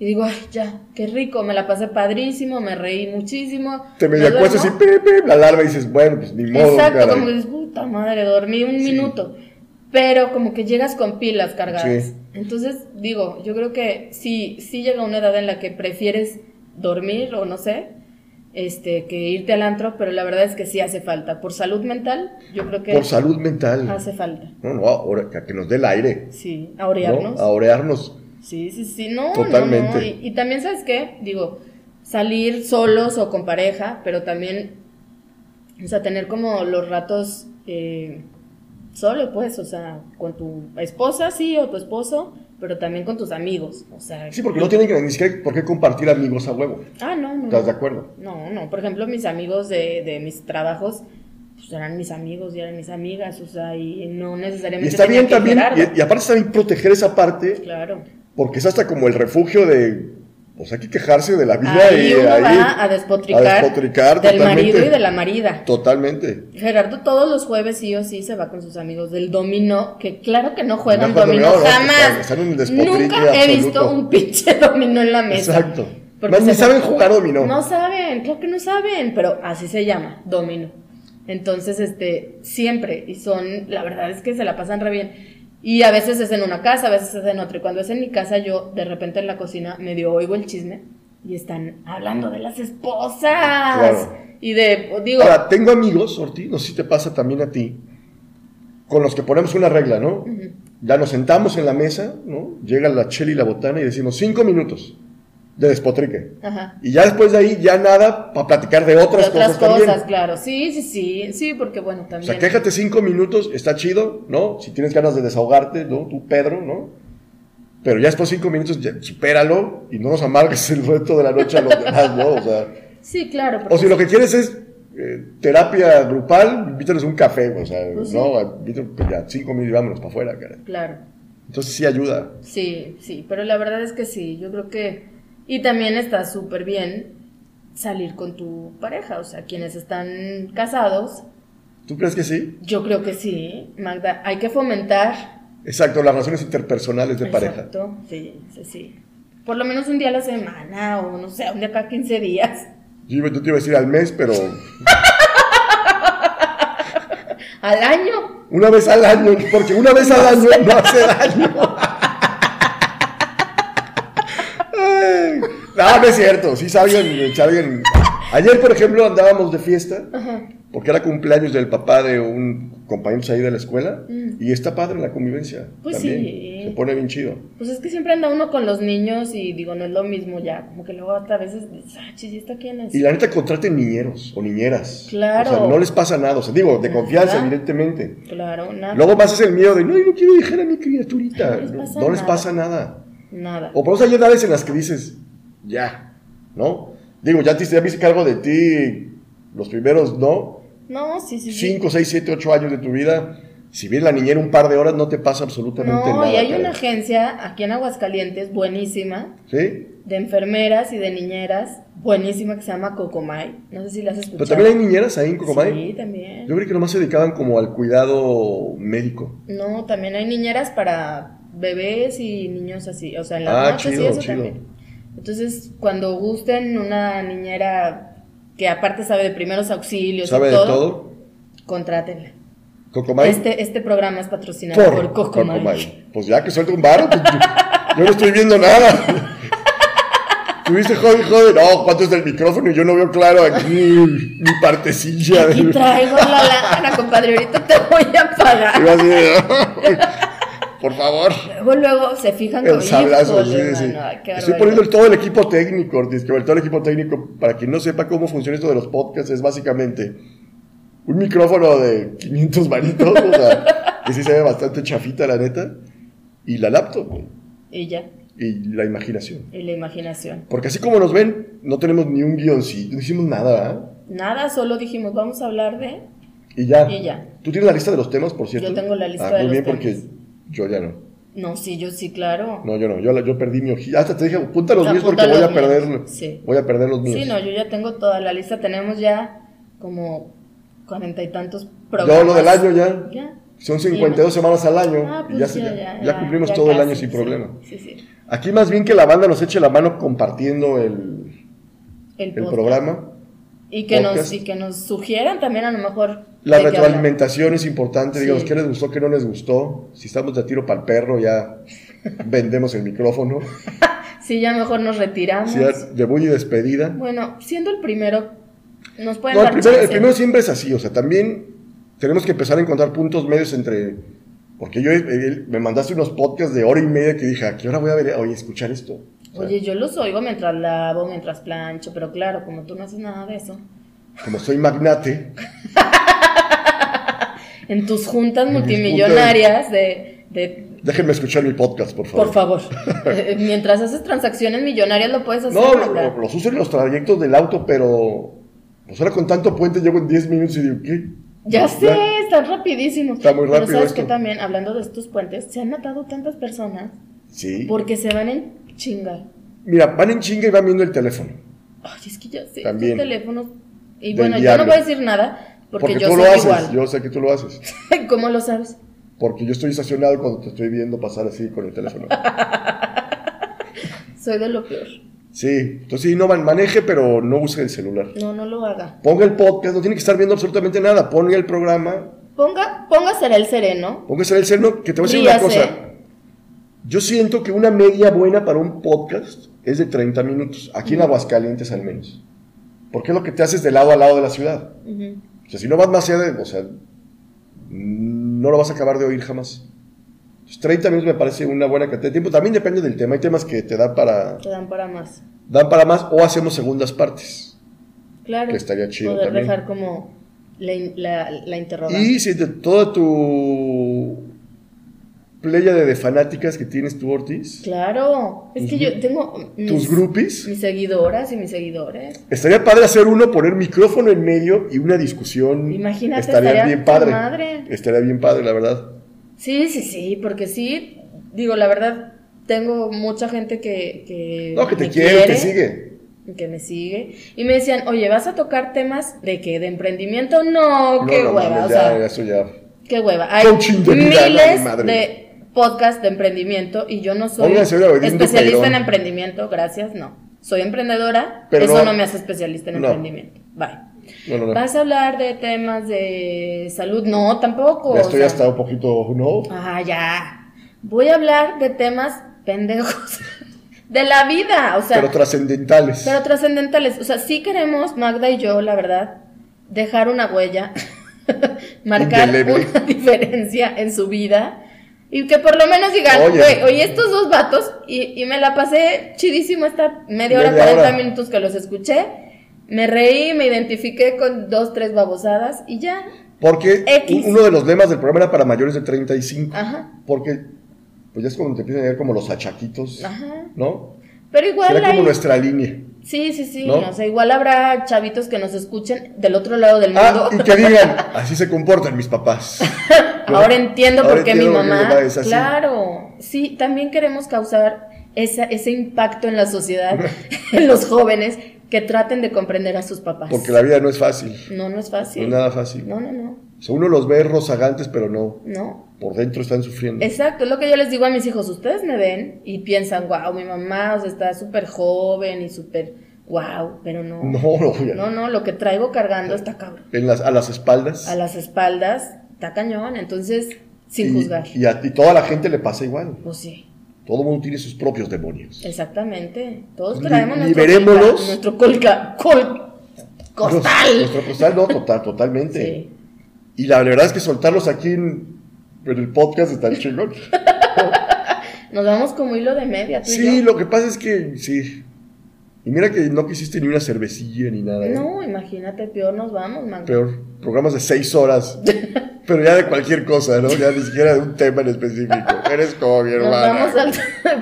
B: y digo, ay, ya, qué rico. Me la pasé padrísimo, me reí muchísimo.
A: Te
B: me
A: medio acuestas y
B: duermo.
A: pip, pip, la alarma y dices, bueno, pues ni modo.
B: Exacto,
A: caray.
B: como que dices, puta madre, dormí un
A: Sí.
B: minuto. Pero como que llegas con pilas cargadas.
A: Sí.
B: Entonces, digo, yo creo que sí, sí llega una edad en la que prefieres dormir o no sé, este, que irte al antro, pero la verdad es que sí hace falta. Por salud mental, yo creo que
A: Por salud mental.
B: hace falta.
A: No, no, ahora, que nos dé el aire.
B: Sí,
A: ¿no?
B: aurearnos.
A: A orearnos.
B: Sí, sí, sí, no,
A: Totalmente.
B: no, no. Y, y también, ¿sabes qué? Digo, salir solos o con pareja, pero también, o sea, tener como los ratos eh, solo, pues, o sea, con tu esposa, sí, o tu esposo, pero también con tus amigos, o sea.
A: Sí, porque no tienen que, ni siquiera por qué compartir amigos a huevo.
B: Ah, no, no.
A: ¿Estás
B: no.
A: de acuerdo?
B: No, no, por ejemplo, mis amigos de, de mis trabajos, pues eran mis amigos y eran mis amigas, o sea, y no
A: Y
B: necesariamente.
A: está
B: tenía
A: bien
B: que
A: también,
B: quedarme.
A: y, y aparte está bien proteger esa parte,
B: Claro.
A: porque es hasta como el refugio de, pues hay que quejarse de la vida
B: Ahí
A: y
B: uno
A: ahí-
B: va a despotricar,
A: a despotricar
B: del
A: totalmente.
B: marido y de la marida.
A: Totalmente.
B: Gerardo todos los jueves sí o sí se va con sus amigos del dominó, que claro que no juegan
A: No juegan
B: dominó
A: dominó, no,
B: jamás.
A: están en un despotrique
B: Nunca he
A: absoluto.
B: visto un pinche dominó en la mesa.
A: Exacto.
B: Porque
A: Más ni
B: se-
A: saben jugar dominó.
B: No saben, claro que no saben, pero así se llama, dominó. Entonces, este, siempre, y son, la verdad es que se la pasan re bien. Y a veces es en una casa, a veces es en otra. Y cuando es en mi casa, yo de repente en la cocina medio oigo el chisme y están hablando de las esposas.
A: Claro.
B: Y de, digo,
A: Ahora, tengo amigos, Ortiz, no sé si te pasa también a ti, con los que ponemos una regla, ¿no?
B: Ujú.
A: Ya nos sentamos en la mesa, ¿no? Llega la chela y la botana y decimos cinco minutos de despotrique.
B: ajá.
A: Y ya después de ahí, ya nada para platicar de otras,
B: de otras
A: cosas,
B: cosas,
A: también.
B: claro. Sí, sí, sí, sí, porque bueno,
A: O
B: también.
A: sea, quéjate cinco minutos, está chido, ¿no? Si tienes ganas de desahogarte, ¿no? Tú, Pedro, ¿no? Pero ya después de cinco minutos, ya, supéralo y no nos amargues el resto de la noche a los demás, ¿no? O sea,
B: Sí, claro. porque
A: o si lo que quieres es eh, terapia grupal, invítanos un café, o sea,
B: Pues sí.
A: no, invítanos pues ya cinco minutos y vámonos para afuera, cara.
B: Claro.
A: Entonces sí ayuda.
B: Sí, sí, pero la verdad es que sí, yo creo que Y también está súper bien salir con tu pareja, o sea, quienes están casados,
A: ¿Tú crees que sí?
B: yo creo que sí, Magda, hay que fomentar.
A: Exacto, las relaciones interpersonales de pareja.
B: Exacto, sí, sí, sí. Por lo menos un día a la semana, o no sé, un día cada 15 días,
A: Yo iba- yo te iba a decir al mes, pero
B: al año.
A: una vez al año, porque una vez al año no hace daño. Ay, no, no es cierto, sí salgan, salgan. Ayer, por ejemplo, andábamos de fiesta,
B: Ajá.
A: porque era cumpleaños del papá de un compañero ahí de la escuela, y está padre la convivencia.
B: Mm. Pues
A: también.
B: sí.
A: Se pone bien chido.
B: Pues es que siempre anda uno con los niños y digo, no es lo mismo ya, como que luego otra vez es, ah, chis, ¿y esta quién es?
A: Y la neta, contraten niñeros o niñeras.
B: Claro.
A: O sea, no les pasa nada. O sea, digo, de confianza,
B: Ajá.
A: evidentemente.
B: Claro, nada.
A: Luego más es el miedo de, no, yo no quiero dejar a mi criaturita.
B: No les
A: No,
B: pasa
A: no les
B: nada.
A: pasa nada.
B: Nada.
A: O por eso hay edades en las que dices, ya, ¿no? Digo, ya, te, ya me hice cargo de ti los primeros, ¿no?
B: No, sí, sí. sí.
A: 5, 6, 7, 8 años de tu vida. Si bien la niñera un par de horas, no te pasa absolutamente
B: No,
A: nada.
B: y hay
A: cara.
B: una agencia aquí en Aguascalientes buenísima
A: ¿Sí?
B: de enfermeras y de niñeras buenísima que se llama Cocomay. No sé si la has escuchado.
A: Pero también hay niñeras ahí en Cocomay.
B: Sí, también.
A: Yo creí que nomás se dedicaban como al cuidado médico.
B: No, también hay niñeras para bebés y niños así, o sea, en las
A: Ah,
B: noches
A: chido,
B: y eso
A: chido.
B: también. Entonces, cuando gusten una niñera que aparte sabe de primeros auxilios
A: ¿Sabe
B: y
A: de
B: todo,
A: todo?
B: contrátenla.
A: Cocomay.
B: Este este programa es patrocinado por, Cocomay.
A: Cocomay. Pues ya que suelta un barro, pues, yo, yo no estoy viendo nada. Tuviste joder, joder. No, ¿cuánto es del micrófono? Y yo no veo claro aquí mi partecilla.
B: Aquí traigo la lana, compadre, ahorita te voy a
A: Y
B: pagar.
A: yo así de, Por favor.
B: Luego, luego se fijan
A: El
B: con
A: sablazo, sí,
B: híjole,
A: sí.
B: mano, ay, qué
A: Estoy
B: barbaridad.
A: poniendo el- todo el equipo técnico, dice que todo el equipo técnico, para quien no sepa cómo funciona esto de los podcasts, es básicamente un micrófono de 500 manitos, o sea, que sí se ve bastante chafita, la neta, y la laptop, güey,
B: Y ya,
A: y la imaginación.
B: y la imaginación.
A: Porque así como nos ven, no tenemos ni un guioncito, no hicimos nada, ¿verdad?
B: Nada, solo dijimos, vamos a hablar de...
A: Y ya.
B: Y ya.
A: ¿Tú tienes la lista de los temas, por cierto?
B: Yo tengo la lista
A: ah,
B: de
A: muy
B: los
A: bien,
B: temas.
A: porque yo ya no.
B: No, sí, yo sí, claro.
A: No, yo no, yo, la- yo perdí mi hojilla. Hasta te dije, apunta los míos
B: Apunta
A: porque voy
B: los
A: a perder,
B: míos, sí.
A: voy a perder los míos.
B: Sí, no, yo ya tengo toda la lista. Tenemos ya como cuarenta y tantos programas.
A: Yo lo del año ya.
B: Ya.
A: Son 52 semanas al año
B: Ah,
A: y ya,
B: pues
A: se-
B: ya,
A: ya-
B: ya,
A: ya
B: ya,
A: cumplimos
B: ya
A: todo el
B: casi,
A: año sin
B: sí,
A: problema.
B: Sí, sí.
A: Aquí más bien que la banda nos eche la mano compartiendo el,
B: El,
A: el
B: podcast.
A: programa.
B: Y que, nos,
A: podcast.
B: y que nos sugieran también a lo mejor.
A: La
B: de qué hablar.
A: retroalimentación es importante,
B: Sí.
A: digamos, qué les gustó, qué no les gustó. Si estamos de tiro para el perro, ya vendemos el micrófono.
B: Sí, ya mejor nos retiramos.
A: Si ya debut y despedida.
B: Bueno, siendo el primero, nos pueden
A: No, el,
B: dar
A: primero, el
B: chance.
A: primero siempre es así, o sea, también tenemos que empezar a encontrar puntos medios entre... Porque yo eh, me mandaste unos podcasts de hora y media que dije, ¿a qué hora voy a ver, oye, escuchar esto? O sea,
B: Oye, yo los oigo mientras lavo, mientras plancho, pero claro, como tú no haces nada de eso.
A: como soy magnate,
B: En tus juntas
A: mis
B: multimillonarias de- de
A: déjenme escuchar mi podcast, por favor.
B: Por favor. Eh, Mientras haces transacciones millonarias lo puedes hacer.
A: No,
B: Laura.
A: lo- lo- los uso en los trayectos del auto, pero... Pues ahora con tanto puente llego en 10 minutos y digo, ¿qué?
B: Ya sé, están rapidísimos.
A: Está muy
B: Pero
A: rápido
B: sabes
A: esto.
B: que también, hablando de estos puentes, se han matado tantas personas
A: Sí.
B: porque se van en chinga.
A: Mira, van en chinga y van viendo el teléfono.
B: Ay, es que ya sé,
A: También.
B: estos teléfonos. Y
A: Del
B: bueno, yo
A: diablo.
B: no voy a decir nada porque, yo
A: tú
B: soy
A: lo haces,
B: igual.
A: yo sé que tú lo haces.
B: ¿Cómo lo sabes?
A: Porque yo estoy estacionado cuando te estoy viendo pasar así con el teléfono.
B: Soy de lo peor.
A: Sí, entonces sí, no man- maneje, pero no use el celular.
B: No, no lo haga.
A: Ponga el podcast, no tiene que estar viendo absolutamente nada. Ponga el programa,
B: Ponga, ponga será el sereno.
A: póngase el cerno, que te voy a decir una
B: Ríase.
A: cosa. Yo siento que una media buena para un podcast es de 30 minutos, aquí en Aguascalientes al menos. Porque es lo que te haces de lado a lado de la ciudad.
B: Ujú.
A: O sea, si no vas más allá de, o sea, no lo vas a acabar de oír jamás. Entonces, 30 minutos me parece una buena cantidad de tiempo. También depende del tema. Hay temas que te dan para,
B: Te dan para más.
A: dan para más o hacemos segundas partes.
B: Claro.
A: Que estaría chido
B: Poder
A: también.
B: dejar como la, in- la, la interrogante.
A: Y si de toda tu pléyade de fanáticas que tienes tú, Ortiz,
B: Claro, es que yo tengo mis,
A: tus grupis,
B: mis seguidoras y mis seguidores.
A: estaría padre hacer uno, poner micrófono en medio y una discusión.
B: Imagínate,
A: estaría,
B: estaría
A: bien
B: con
A: padre.
B: madre.
A: Estaría bien padre, la verdad.
B: Sí, sí, sí, porque sí, digo, la verdad, tengo mucha gente que... que
A: No, que te
B: me
A: quiere, te sigue.
B: que me sigue. Y me decían, oye, ¿vas a tocar temas de qué? ¿De emprendimiento? No,
A: No,
B: Oh, qué
A: no,
B: hueva.
A: mames,
B: o
A: ya,
B: sea,
A: ya, eso ya.
B: qué hueva. Hay
A: Coaching de vida,
B: miles
A: no, madre.
B: de podcasts de emprendimiento y yo no soy
A: Oiga, señora Belinda
B: especialista
A: Peirón.
B: en emprendimiento, gracias, no. Soy emprendedora,
A: Pero
B: eso
A: no-
B: no, me hace especialista en
A: no.
B: emprendimiento. Bye.
A: No, no, no.
B: ¿Vas a hablar de temas de salud? No, tampoco.
A: Ya
B: o
A: estoy
B: sea,
A: hasta un poquito, ¿no?
B: Ah, ya. Voy a hablar de temas pendejos. De la vida, o sea.
A: pero trascendentales.
B: Pero trascendentales, o sea, sí queremos, Magda y yo, la verdad, dejar una huella, marcar
A: Indeleble.
B: una diferencia en su vida y que por lo menos digan,
A: Oye.
B: "Güey, oye, estos dos vatos, y, y me la pasé chidísimo esta media hora,
A: Media hora.
B: 40 minutos que los escuché, me reí, me identifiqué con dos, tres babosadas y ya,
A: Porque
B: X. Ah.
A: un- uno de los lemas del programa era para mayores de 35.
B: ajá,
A: Porque, pues ya es cuando te empiezan a llegar como los achaquitos,
B: ajá.
A: ¿no?
B: Pero igual
A: Será
B: hay...
A: como nuestra línea.
B: Sí, sí, sí,
A: ¿No?
B: o sea, igual habrá chavitos que nos escuchen del otro lado del mundo.
A: Ah, y que digan, así se comportan mis papás. ¿No?
B: Ahora entiendo
A: Ahora
B: por qué
A: entiendo por
B: mi
A: qué
B: mamá.
A: mi mamá es así.
B: Claro, sí, también queremos causar esa- ese impacto en la sociedad, en los jóvenes, que traten de comprender a sus papás.
A: Porque la vida no es fácil,
B: No, no es
A: no
B: fácil.
A: es nada fácil.
B: No, no, no,
A: O sea, uno los ve rozagantes, pero no,
B: no.
A: por dentro están sufriendo.
B: Exacto, es lo que yo les digo a mis hijos. Ustedes me ven y piensan, wow, mi mamá o sea, está súper joven y súper wow, pero no.
A: No, no, ya.
B: No, no, lo que traigo cargando está cabrón.
A: En las, a las espaldas.
B: A las espaldas está cañón, entonces, sin
A: y,
B: juzgar.
A: Y a y toda la gente le pasa igual.
B: Pues sí.
A: Todo mundo tiene sus propios demonios.
B: Exactamente. Todos
A: Li-
B: traemos
A: liberémonos.
B: nuestro colca, nuestro colca- col-
A: Nuestro-
B: costal.
A: Nuestro costal, no, total, totalmente.
B: Sí.
A: Y la verdad es que soltarlos aquí en, en el podcast está chingón.
B: Nos vamos como hilo de media, tú
A: Sí,
B: y yo.
A: lo que pasa es que sí. Y mira que no quisiste ni una cervecilla ni nada. ¿eh?
B: No, imagínate, peor nos vamos, man.
A: Peor, programas de seis horas. Pero ya de cualquier cosa, ¿no? Ya ni siquiera de un tema en específico. Eres como mi
B: nos
A: hermana.
B: vamos al...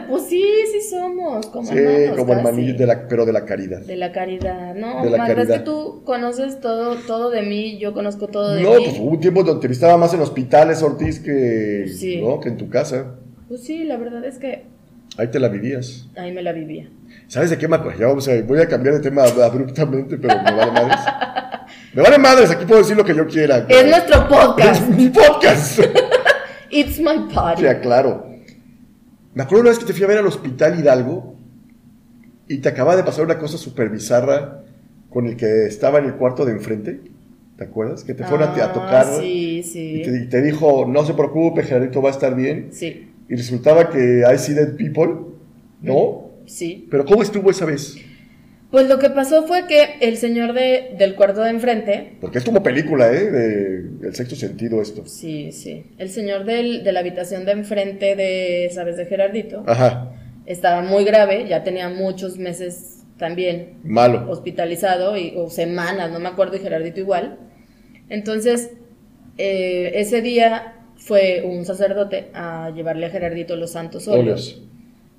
B: pues sí, sí somos, como
A: Sí,
B: hermanos.
A: como
B: casi.
A: hermanillo, de la, pero de la caridad.
B: De la caridad. No,
A: De la
B: Magda, es
A: caridad.
B: que tú conoces todo, todo de mí, yo conozco todo de
A: No,
B: mí.
A: pues hubo un tiempo donde entrevistaba más en hospitales, Ortiz, que,
B: Sí.
A: ¿no? que en tu casa.
B: Pues sí, la verdad es que
A: Ahí te la vivías.
B: ahí me la vivía.
A: ¿Sabes de qué me acuerdo? Ya vamos a, voy a cambiar de tema abruptamente, pero me vale madres. Me vale madres, aquí puedo decir lo que yo quiera.
B: Es nuestro
A: Ah. Es
B: podcast.
A: mi podcast.
B: It's my party.
A: Te aclaro. Me acuerdo una vez que te fui a ver al hospital Hidalgo y te acaba de pasar una cosa súper bizarra con el que estaba en el cuarto de enfrente. ¿Te acuerdas? Que te fueron a- a
B: Ah,
A: tocar
B: Sí,
A: y
B: sí.
A: te, y te dijo, no se preocupe, Gerarito va a estar bien.
B: Sí,
A: Y resultaba que I see dead people, ¿no?
B: sí.
A: Pero ¿cómo estuvo esa vez?
B: Pues lo que pasó fue que el señor de, del cuarto de enfrente,
A: Porque es como película, ¿eh? De el sexto sentido esto.
B: sí, sí, el señor del, de la habitación de enfrente de, ¿sabes?, de Gerardito,
A: Ah. Ajá,
B: estaba muy grave, ya tenía muchos meses también
A: malo.
B: hospitalizado, y, o semanas, no me acuerdo, y Gerardito igual. Entonces, eh, ese día fue un sacerdote a llevarle a Gerardito los santos óleos.
A: Óleos.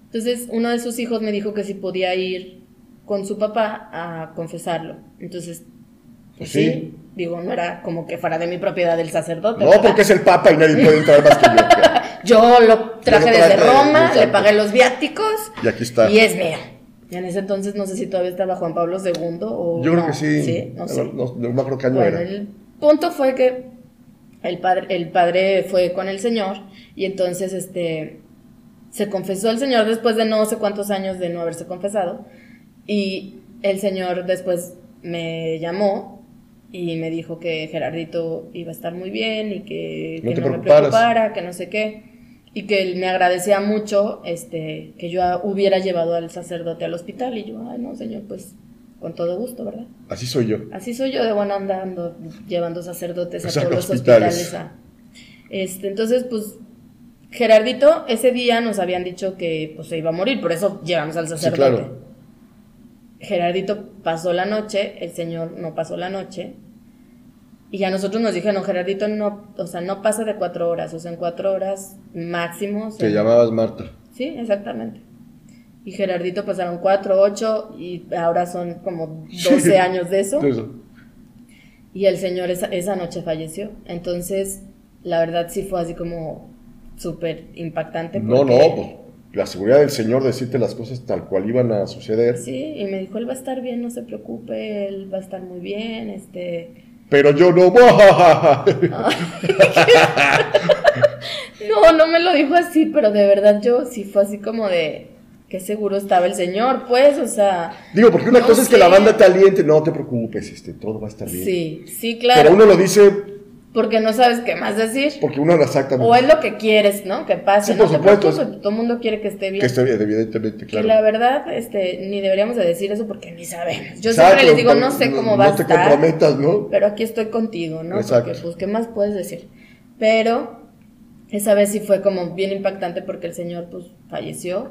B: Entonces, uno de sus hijos me dijo que si podía ir con su papá a confesarlo. Entonces,
A: Pues
B: sí.
A: sí.
B: digo, no era como que fuera de mi propiedad el sacerdote.
A: No,
B: ¿verdad?
A: porque es el Papa y nadie puede entrar más que yo.
B: Yo lo traje
A: Yo lo
B: desde
A: traje,
B: Roma,
A: exacto.
B: le pagué los viáticos
A: Y aquí está.
B: y es mía. Y en ese entonces no sé si todavía estaba Juan Pablo II o...
A: Yo creo
B: no.
A: que sí.
B: Sí, no sé.
A: No, no me acuerdo qué año
B: Bueno,
A: era.
B: el punto fue que el padre, el padre fue con el señor y entonces este se confesó el señor después de no sé cuántos años de no haberse confesado y el señor después me llamó y me dijo que Gerardito iba a estar muy bien y que
A: No
B: que
A: te
B: no me
A: preocuparas.
B: preocupara, que no sé qué y que él me agradecía mucho este que yo hubiera llevado al sacerdote al hospital y yo, ay no señor, pues con todo gusto, ¿verdad?
A: Así soy yo.
B: Así soy yo de buena andando, llevando sacerdotes a
A: Exacto,
B: todos los
A: Pues, hospitales.
B: hospitales. a- Este, entonces, pues, Gerardito, ese día nos habían dicho que pues, se iba a morir, por eso llevamos al
A: Sí,
B: sacerdote.
A: claro.
B: Gerardito pasó la noche, el señor no pasó la noche. Y a nosotros nos dijeron, Gerardito, no, o sea, no pasa de cuatro horas, o sea, en cuatro horas máximo. se-
A: Te llamabas Marta.
B: Sí, exactamente. Y Gerardito pasaron cuatro, ocho, y ahora son como 12
A: Sí.
B: años de eso.
A: Entonces,
B: Y el señor esa, esa noche falleció. Entonces, la verdad sí fue así como súper impactante.
A: no,
B: porque
A: no, pues, la seguridad del Señor decirte las cosas tal cual iban a suceder.
B: Sí, y me dijo, él va a estar bien, no se preocupe, él va a estar muy bien, este...
A: Pero yo no.
B: No, no me lo dijo así, pero de verdad yo sí fue así como de... Qué seguro estaba el señor, pues, o sea...
A: Digo, porque una
B: No
A: cosa es que
B: sé.
A: la banda te aliente, no te preocupes, este, todo va a estar bien.
B: Sí, sí,
A: Pero
B: claro,
A: uno lo dice
B: porque no sabes qué más decir.
A: porque uno lo exacta
B: O es lo que quieres, ¿no? Que pase.
A: Sí, por
B: no te
A: supuesto.
B: preocupes, todo el mundo quiere que esté bien.
A: Que estoy, evidentemente,
B: Que
A: claro.
B: la verdad, este, ni deberíamos de decir eso porque ni sabemos. Yo
A: Exacto,
B: siempre les digo,
A: pero
B: no sé cómo va
A: No
B: a
A: te
B: estar,
A: comprometas, ¿no?
B: pero aquí estoy contigo, ¿no?
A: Exacto.
B: Porque, pues, ¿qué más puedes decir? Pero esa vez sí fue como bien impactante porque el señor, pues, falleció.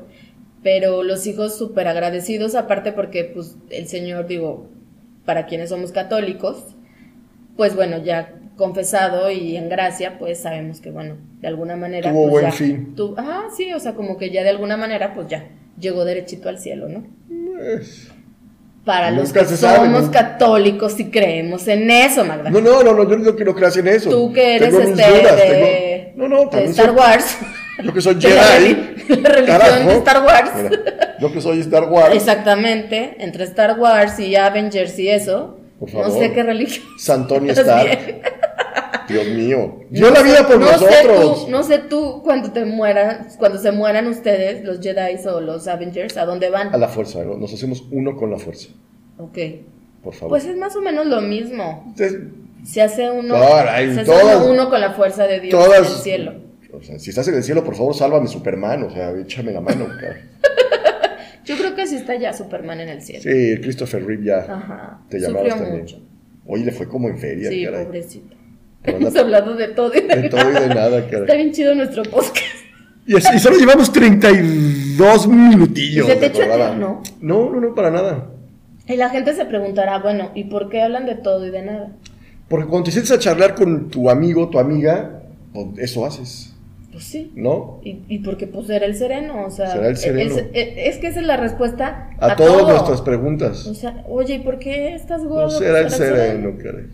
B: Pero los hijos súper agradecidos, aparte porque, pues, el señor, digo, para quienes somos católicos, pues, bueno, ya confesado y en gracia, pues, sabemos que, bueno, de alguna manera...
A: Tuvo
B: pues,
A: buen
B: ya
A: fin.
B: tu- ah, sí, o sea, como que ya de alguna manera, pues, ya llegó derechito al cielo, ¿no? Para los
A: Nunca
B: que
A: se sabe,
B: somos
A: ¿no?
B: católicos y creemos en eso, Magda.
A: No, no, no, no, yo no creo que hacen eso.
B: Tú que eres
A: Tengo mis
B: este
A: dudas,
B: de,
A: tengo- No, no,
B: de
A: también
B: Star
A: soy-
B: Wars.
A: Yo que soy
B: de la
A: Jedi.
B: reli- la religión
A: carajo.
B: de Star Wars.
A: Mira, yo que soy Star Wars.
B: Exactamente, entre Star Wars y Avengers y eso.
A: Por
B: No
A: favor.
B: sé qué religión.
A: Santonio
B: es
A: Stark.
B: bien.
A: Dios mío. Dio la
B: No sé-
A: vida por
B: no Sé
A: nosotros.
B: tú, no sé tú cuando te mueras, cuando se mueran ustedes, los Jedi o los Avengers, ¿a dónde van?
A: A la fuerza, ¿no? Nos hacemos uno con la fuerza.
B: Ok.
A: Por favor.
B: Pues es más o menos lo mismo.
A: Entonces,
B: Se hace uno,
A: Caray,
B: se hace
A: todas-
B: uno con la fuerza de Dios en
A: todas-
B: el cielo.
A: o sea, si estás en el cielo, por favor, sálvame, Superman. O sea, échame la mano. cara.
B: Yo creo que sí está ya Superman en el cielo.
A: Sí, el Christopher Reeve ya
B: Ajá.
A: te llamabas
B: Sufrió
A: también.
B: mucho.
A: Hoy le fue como en feria,
B: Sí,
A: caray.
B: pobrecito.
A: Pero
B: Hemos
A: anda-
B: hablado de todo y de,
A: De todo y de nada, caray.
B: Está bien chido nuestro podcast.
A: Y, así- y solo llevamos 32 minutillos.
B: ¿Y se te
A: de
B: echó a ti,
A: programa.
B: no?
A: No, no, no, para nada.
B: Y la gente se preguntará, bueno, ¿y por qué hablan de todo y de nada?
A: Porque cuando te sientes a charlar con tu amigo, tu amiga, pues, eso haces,
B: Pues sí.
A: ¿no?
B: Y, y porque pues era el sereno, o sea,
A: Será el sereno.
B: Es, es- es que esa es la respuesta
A: A,
B: a,
A: todas
B: todo.
A: nuestras
B: O
A: preguntas.
B: sea, oye, ¿y por qué estás gordo?
A: No será el
B: Pues, sereno.
A: sereno, caray.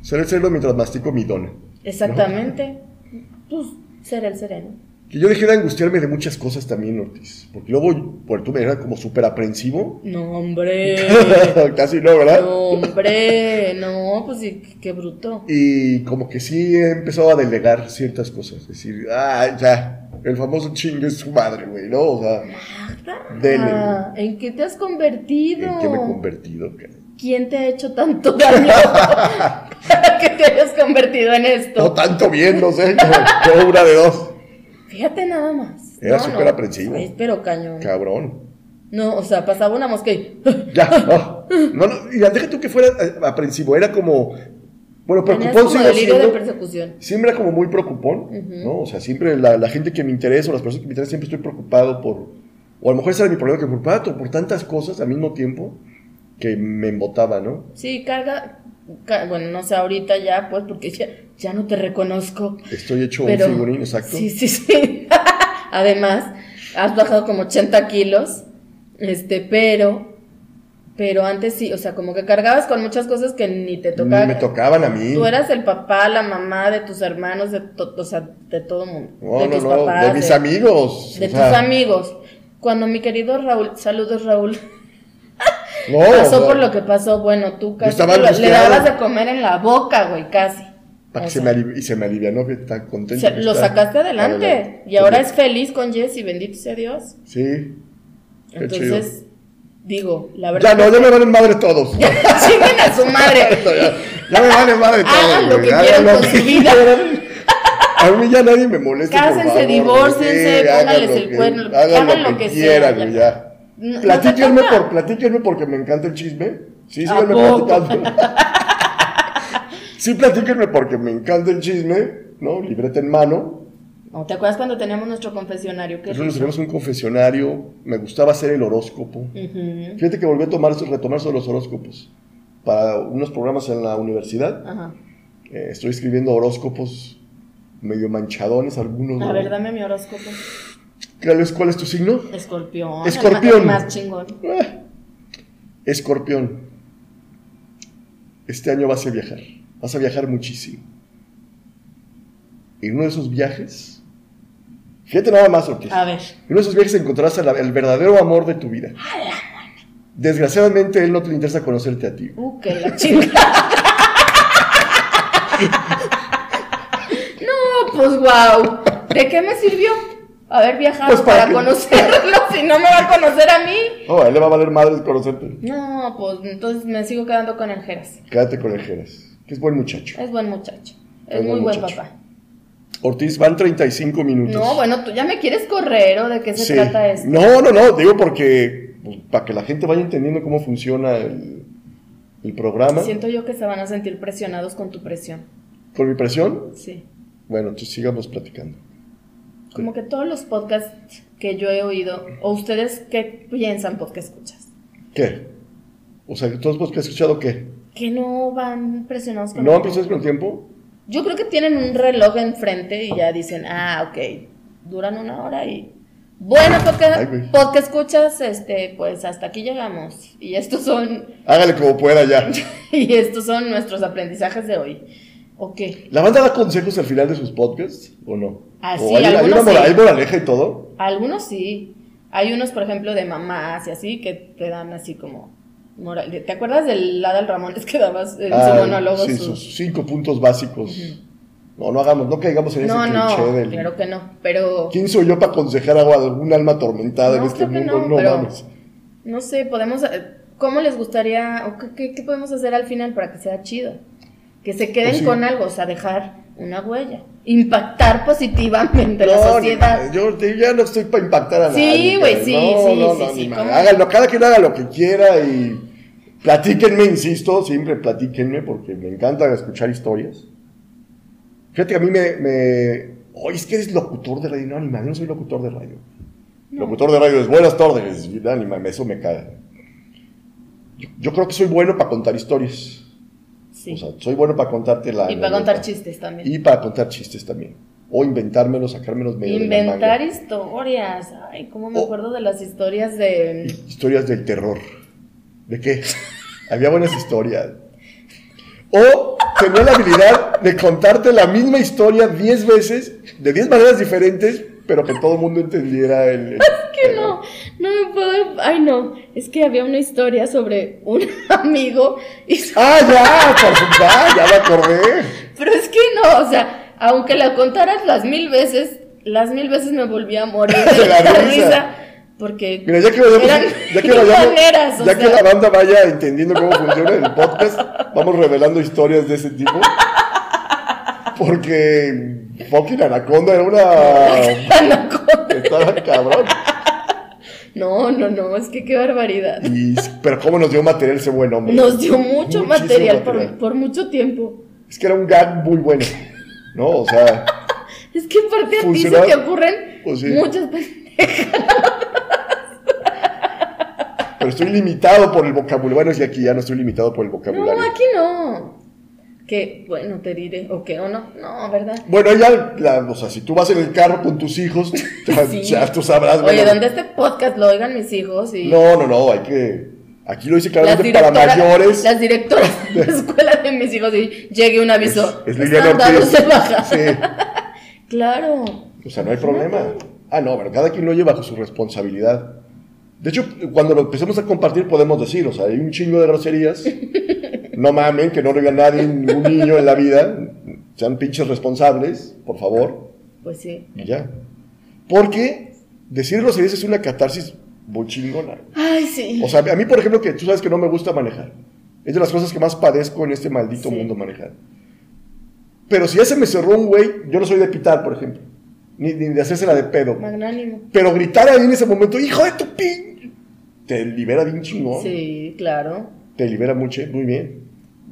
A: Será el sereno mientras mastico mi dona.
B: Exactamente. Pues será el sereno.
A: Que yo dejé de angustiarme de muchas cosas también, Ortiz. Porque luego, por tu manera, como súper aprensivo.
B: No, hombre.
A: Casi no, ¿verdad?
B: No, hombre. No, pues sí, qué- qué bruto.
A: Y como que sí he empezado a delegar ciertas cosas. Decir, ah, ya, el famoso chingue es su madre, güey, ¿no? O sea, dele.
B: Ah, ¿En qué te has convertido?
A: ¿en qué me he convertido? caray?
B: ¿Quién te ha hecho tanto daño para que te hayas convertido en
A: No
B: esto?
A: tanto bien, no sé. Yo, yo una de dos.
B: Fíjate nada más.
A: Era
B: No,
A: súper
B: no.
A: aprensivo.
B: Ay, pero cañón.
A: Cabrón.
B: No, o sea, pasaba una mosca y...
A: Ya, no. No, no, y deja tú que fuera eh, aprensivo. Era como. Bueno,
B: Tenías
A: preocupón
B: como
A: sigo
B: delirio de
A: siendo.
B: persecución.
A: Siempre era como muy preocupón,
B: Ujú.
A: ¿no? O sea, siempre la, la gente que me interesa o las personas que me interesan, siempre estoy preocupado por. O a lo mejor ese era mi problema, que me preocupaba to- por tantas cosas al mismo tiempo que me embotaba, ¿no?
B: Sí, carga... ca- bueno, no sé, ahorita ya, pues, porque ya, ya no te reconozco.
A: Estoy hecho
B: Pero-
A: un figurín, exacto.
B: Sí, sí, sí. Además, has bajado como 80 kilos, este, pero, pero antes sí, o sea, como que cargabas con muchas cosas que ni te
A: Ni
B: tocaban.
A: me tocaban a mí.
B: Tú eras el papá, la mamá de tus hermanos, de to- o sea, de todo mundo.
A: No,
B: de
A: no,
B: tus
A: no,
B: papás,
A: de mis amigos.
B: de
A: o sea,
B: tus amigos. Cuando mi querido Raúl, saludos Raúl,
A: no,
B: pasó
A: o sea,
B: por lo que pasó, bueno, tú casi
A: estaba
B: te lo- le
A: angustiado.
B: dabas de comer en la boca, güey, casi.
A: para
B: O
A: que se
B: sea,
A: me aliv- y se me alivianó, que tan contento.
B: se-
A: que
B: lo
A: está.
B: sacaste adelante, y
A: Pues,
B: ahora es feliz con Jessy, bendito sea Dios.
A: Sí. Qué
B: Entonces, digo, la
A: Ya
B: verdad.
A: no, ya me valen madre todos. ya,
B: Chinguen a su madre.
A: ya me valen madre todos.
B: Hagan lo
A: güey,
B: que
A: hagan
B: quieran
A: lo
B: con
A: que
B: su vida.
A: A mí ya nadie me molesta.
B: Cásense, divórciense, pónganles el cuerno,
A: Hagan lo que quieran,
B: sea,
A: güey,
B: ya.
A: ya.
B: No- no te
A: Platíquenme,
B: toca.
A: por, platíquenme porque me encanta el chisme. Sí,
B: ¿A
A: síganme
B: poco?
A: platicando. sí, platíquenme porque me encanta el chisme, ¿no? Libreta en mano.
B: No, ¿Te acuerdas cuando teníamos nuestro confesionario? Qué
A: Nosotros
B: rico.
A: tenemos un confesionario. Me gustaba hacer el horóscopo.
B: Ujú,
A: Fíjate que volví a tomar, retomar sobre los horóscopos. Para unos programas en la universidad,
B: Ajá.
A: eh, estoy escribiendo horóscopos medio manchadones, algunos.
B: A
A: ¿no?
B: ver, dame mi horóscopo.
A: ¿Cuál es, cuál es tu signo?
B: Escorpión.
A: Escorpión.
B: el ma- el más chingón.
A: Ah, Escorpión. Este año vas a viajar. Vas a viajar muchísimo. En uno de esos viajes, Fíjate nada más, Ortiz.
C: A ver.
A: En uno de esos viajes encontrarás al- el verdadero amor de tu vida. Desgraciadamente, él no te le interesa conocerte a ti.
B: Uh, que la chingada. no, pues wow. ¿De qué me sirvió haber viajado
A: Pues, ¿para
B: para,
A: qué?
B: conocerlo si no me va a conocer a mí?
A: Oh, a él le va a valer madre conocerte.
B: No, pues entonces me sigo quedando con el Jeras.
A: Quédate con el Jeras, que es buen muchacho.
B: Es buen muchacho.
A: Es
B: Es
A: buen
B: muy buen
A: muchacho.
B: papá.
A: Ortiz, van 35 minutos.
B: No, bueno, tú ya me quieres correr o de qué se
A: Sí.
B: trata esto.
A: No, no, no, digo porque pues, para que la gente vaya entendiendo cómo funciona el, el programa.
B: Siento yo que se van a sentir presionados con tu presión.
A: Con mi presión,
B: Sí.
A: bueno, entonces sigamos platicando.
B: Como que todos los podcasts que yo he oído, o ustedes qué piensan porque escuchas,
A: ¿Qué? O sea, ¿todos vos que has escuchado qué?
B: que no van presionados con
A: ¿No pues,
B: el
A: empiezas con el tiempo?
B: Yo creo que tienen un reloj enfrente y ya dicen, ah, ok, duran una hora y... Bueno, pues,
A: Ay,
B: porque,
A: güey.
B: porque escuchas, este, pues hasta aquí llegamos. Y estos son,
A: Hágale como pueda ya.
B: y estos son nuestros aprendizajes de hoy. Ok.
A: ¿La banda da consejos al final de sus podcasts o no?
B: Ah,
A: ¿O
B: sí,
A: hay, hay
B: algunos
A: una mora-
B: sí.
A: hay moraleja y todo?
B: Algunos sí. Hay unos, por ejemplo, de mamás y así, que te dan así como... moral- ¿Te acuerdas del Adal Ramones que dabas en
A: Ah,
B: su monólogo?
A: Sí,
B: su-
A: sus cinco puntos básicos.
B: Ujú.
A: No, no hagamos, no caigamos en ese
B: No,
A: cliché
B: no,
A: del...
B: claro que no, pero...
A: ¿Quién soy yo para aconsejar a algún alma atormentada en
B: No,
A: este
B: creo que
A: mundo?
B: no,
A: No,
B: pero-
A: mames.
B: No sé, podemos. eh, ¿Cómo les gustaría o qué, qué- qué podemos hacer al final para que sea chido? Que se queden
A: Pues sí.
B: con algo, o sea, dejar una huella. Impactar positivamente
A: No,
B: la
A: ni
B: sociedad.
A: madre, yo, te- ya no estoy para impactar a
B: Sí,
A: nadie.
B: güey,
A: cabrón.
B: sí,
A: No,
B: sí,
A: no,
B: sí,
A: no,
B: sí,
A: ni
B: ¿cómo
A: madre.
B: no?
A: Háganlo, cada quien haga lo que quiera y platíquenme, insisto, siempre platíquenme porque me encanta escuchar historias. Fíjate que a mí me... me Oye, es que eres locutor de radio. No, ni madre, no soy locutor de radio.
B: No.
A: Locutor de radio es buenas tardes. y No, ni madre, eso me caga. Yo, yo creo que soy bueno para contar historias.
B: Sí.
A: O sea, soy bueno para contarte la...
B: y para contar
A: anécdota.
B: chistes también.
A: Y para contar chistes también. O inventármelos, sacármelos medio de la Oh.
B: Inventar
A: manga.
B: historias. Ay, cómo me
A: O-
B: acuerdo de las historias de.
A: Historias del terror. ¿De qué? Había buenas historias. O tenía la habilidad de contarte la misma historia 10 veces, de 10 maneras diferentes, pero que todo el mundo entendiera el... el-
B: Que no, no me puedo. Ay, no. Es que había una historia sobre un amigo y
A: ¡Ah, ya! Por su- ah, ya me acordé.
B: Pero es que no, o sea, aunque la contaras las mil veces, las mil veces me volví a morir de
A: De la
B: la,
A: risa.
B: risa. Porque
A: Mira, ya que vayamos-
B: eran
A: ya que
B: mil
A: vayamos-
B: maneras, o
A: ya que
B: sea.
A: la banda vaya entendiendo cómo funciona el podcast, vamos revelando historias de ese tipo. Porque fucking Anaconda era una.
B: anaconda.
A: Estaba cabrón.
B: No, no, no, es que qué barbaridad.
A: Y, pero cómo nos dio material ese buen hombre.
B: Nos dio mucho
A: Muchísimo
B: material, por-
A: material.
B: Por, mucho tiempo.
A: Es que era un gag muy bueno. ¿No? O sea,
B: Es que aparte a ti se
A: Funcionaba.
B: te ocurren
A: Pues sí.
B: muchas veces.
A: pero estoy limitado por el vocabulario. Bueno, sí, aquí ya no estoy limitado por el
B: No,
A: vocabulario.
B: aquí no. Que bueno, te diré, o que o no. No, ¿verdad?
A: Bueno, ya, la- o sea, si tú vas en el carro con tus hijos, ya,
B: Sí.
A: ya tú sabrás.
B: Oye,
A: bueno,
B: donde este podcast lo oigan mis hijos y.
A: No, no, no, hay que. Aquí lo dice claramente para mayores.
B: Las directoras de la escuela de mis hijos y llegue un aviso.
A: Es- es Liliana
B: "Estándar,
A: Ortiz".
B: se baja.
A: Sí,
B: Claro.
A: o sea, no hay problema. Ah, no, pero cada quien lo lleva bajo su responsabilidad. De hecho, cuando lo empecemos a compartir podemos decir, o sea, hay un chingo de groserías. No mamen, que no lo diga nadie, ningún niño en la vida. Sean pinches responsables, por favor.
B: Pues sí.
A: Y ya. Porque decir groserías es una catarsis muy chingona.
B: Ay, sí.
A: O sea, a mí, por ejemplo, que tú sabes que no me gusta manejar. Es de las cosas que más padezco en este maldito
B: Sí.
A: mundo manejar. Pero si ya se me cerró un güey, yo no soy de pitar, por ejemplo. Ni, ni de hacerse la de pedo.
B: Magnánimo.
A: Pero gritar ahí en ese momento, hijo de tu pin, te libera bien chingón.
B: Sí, claro.
A: Te libera mucho, muy bien.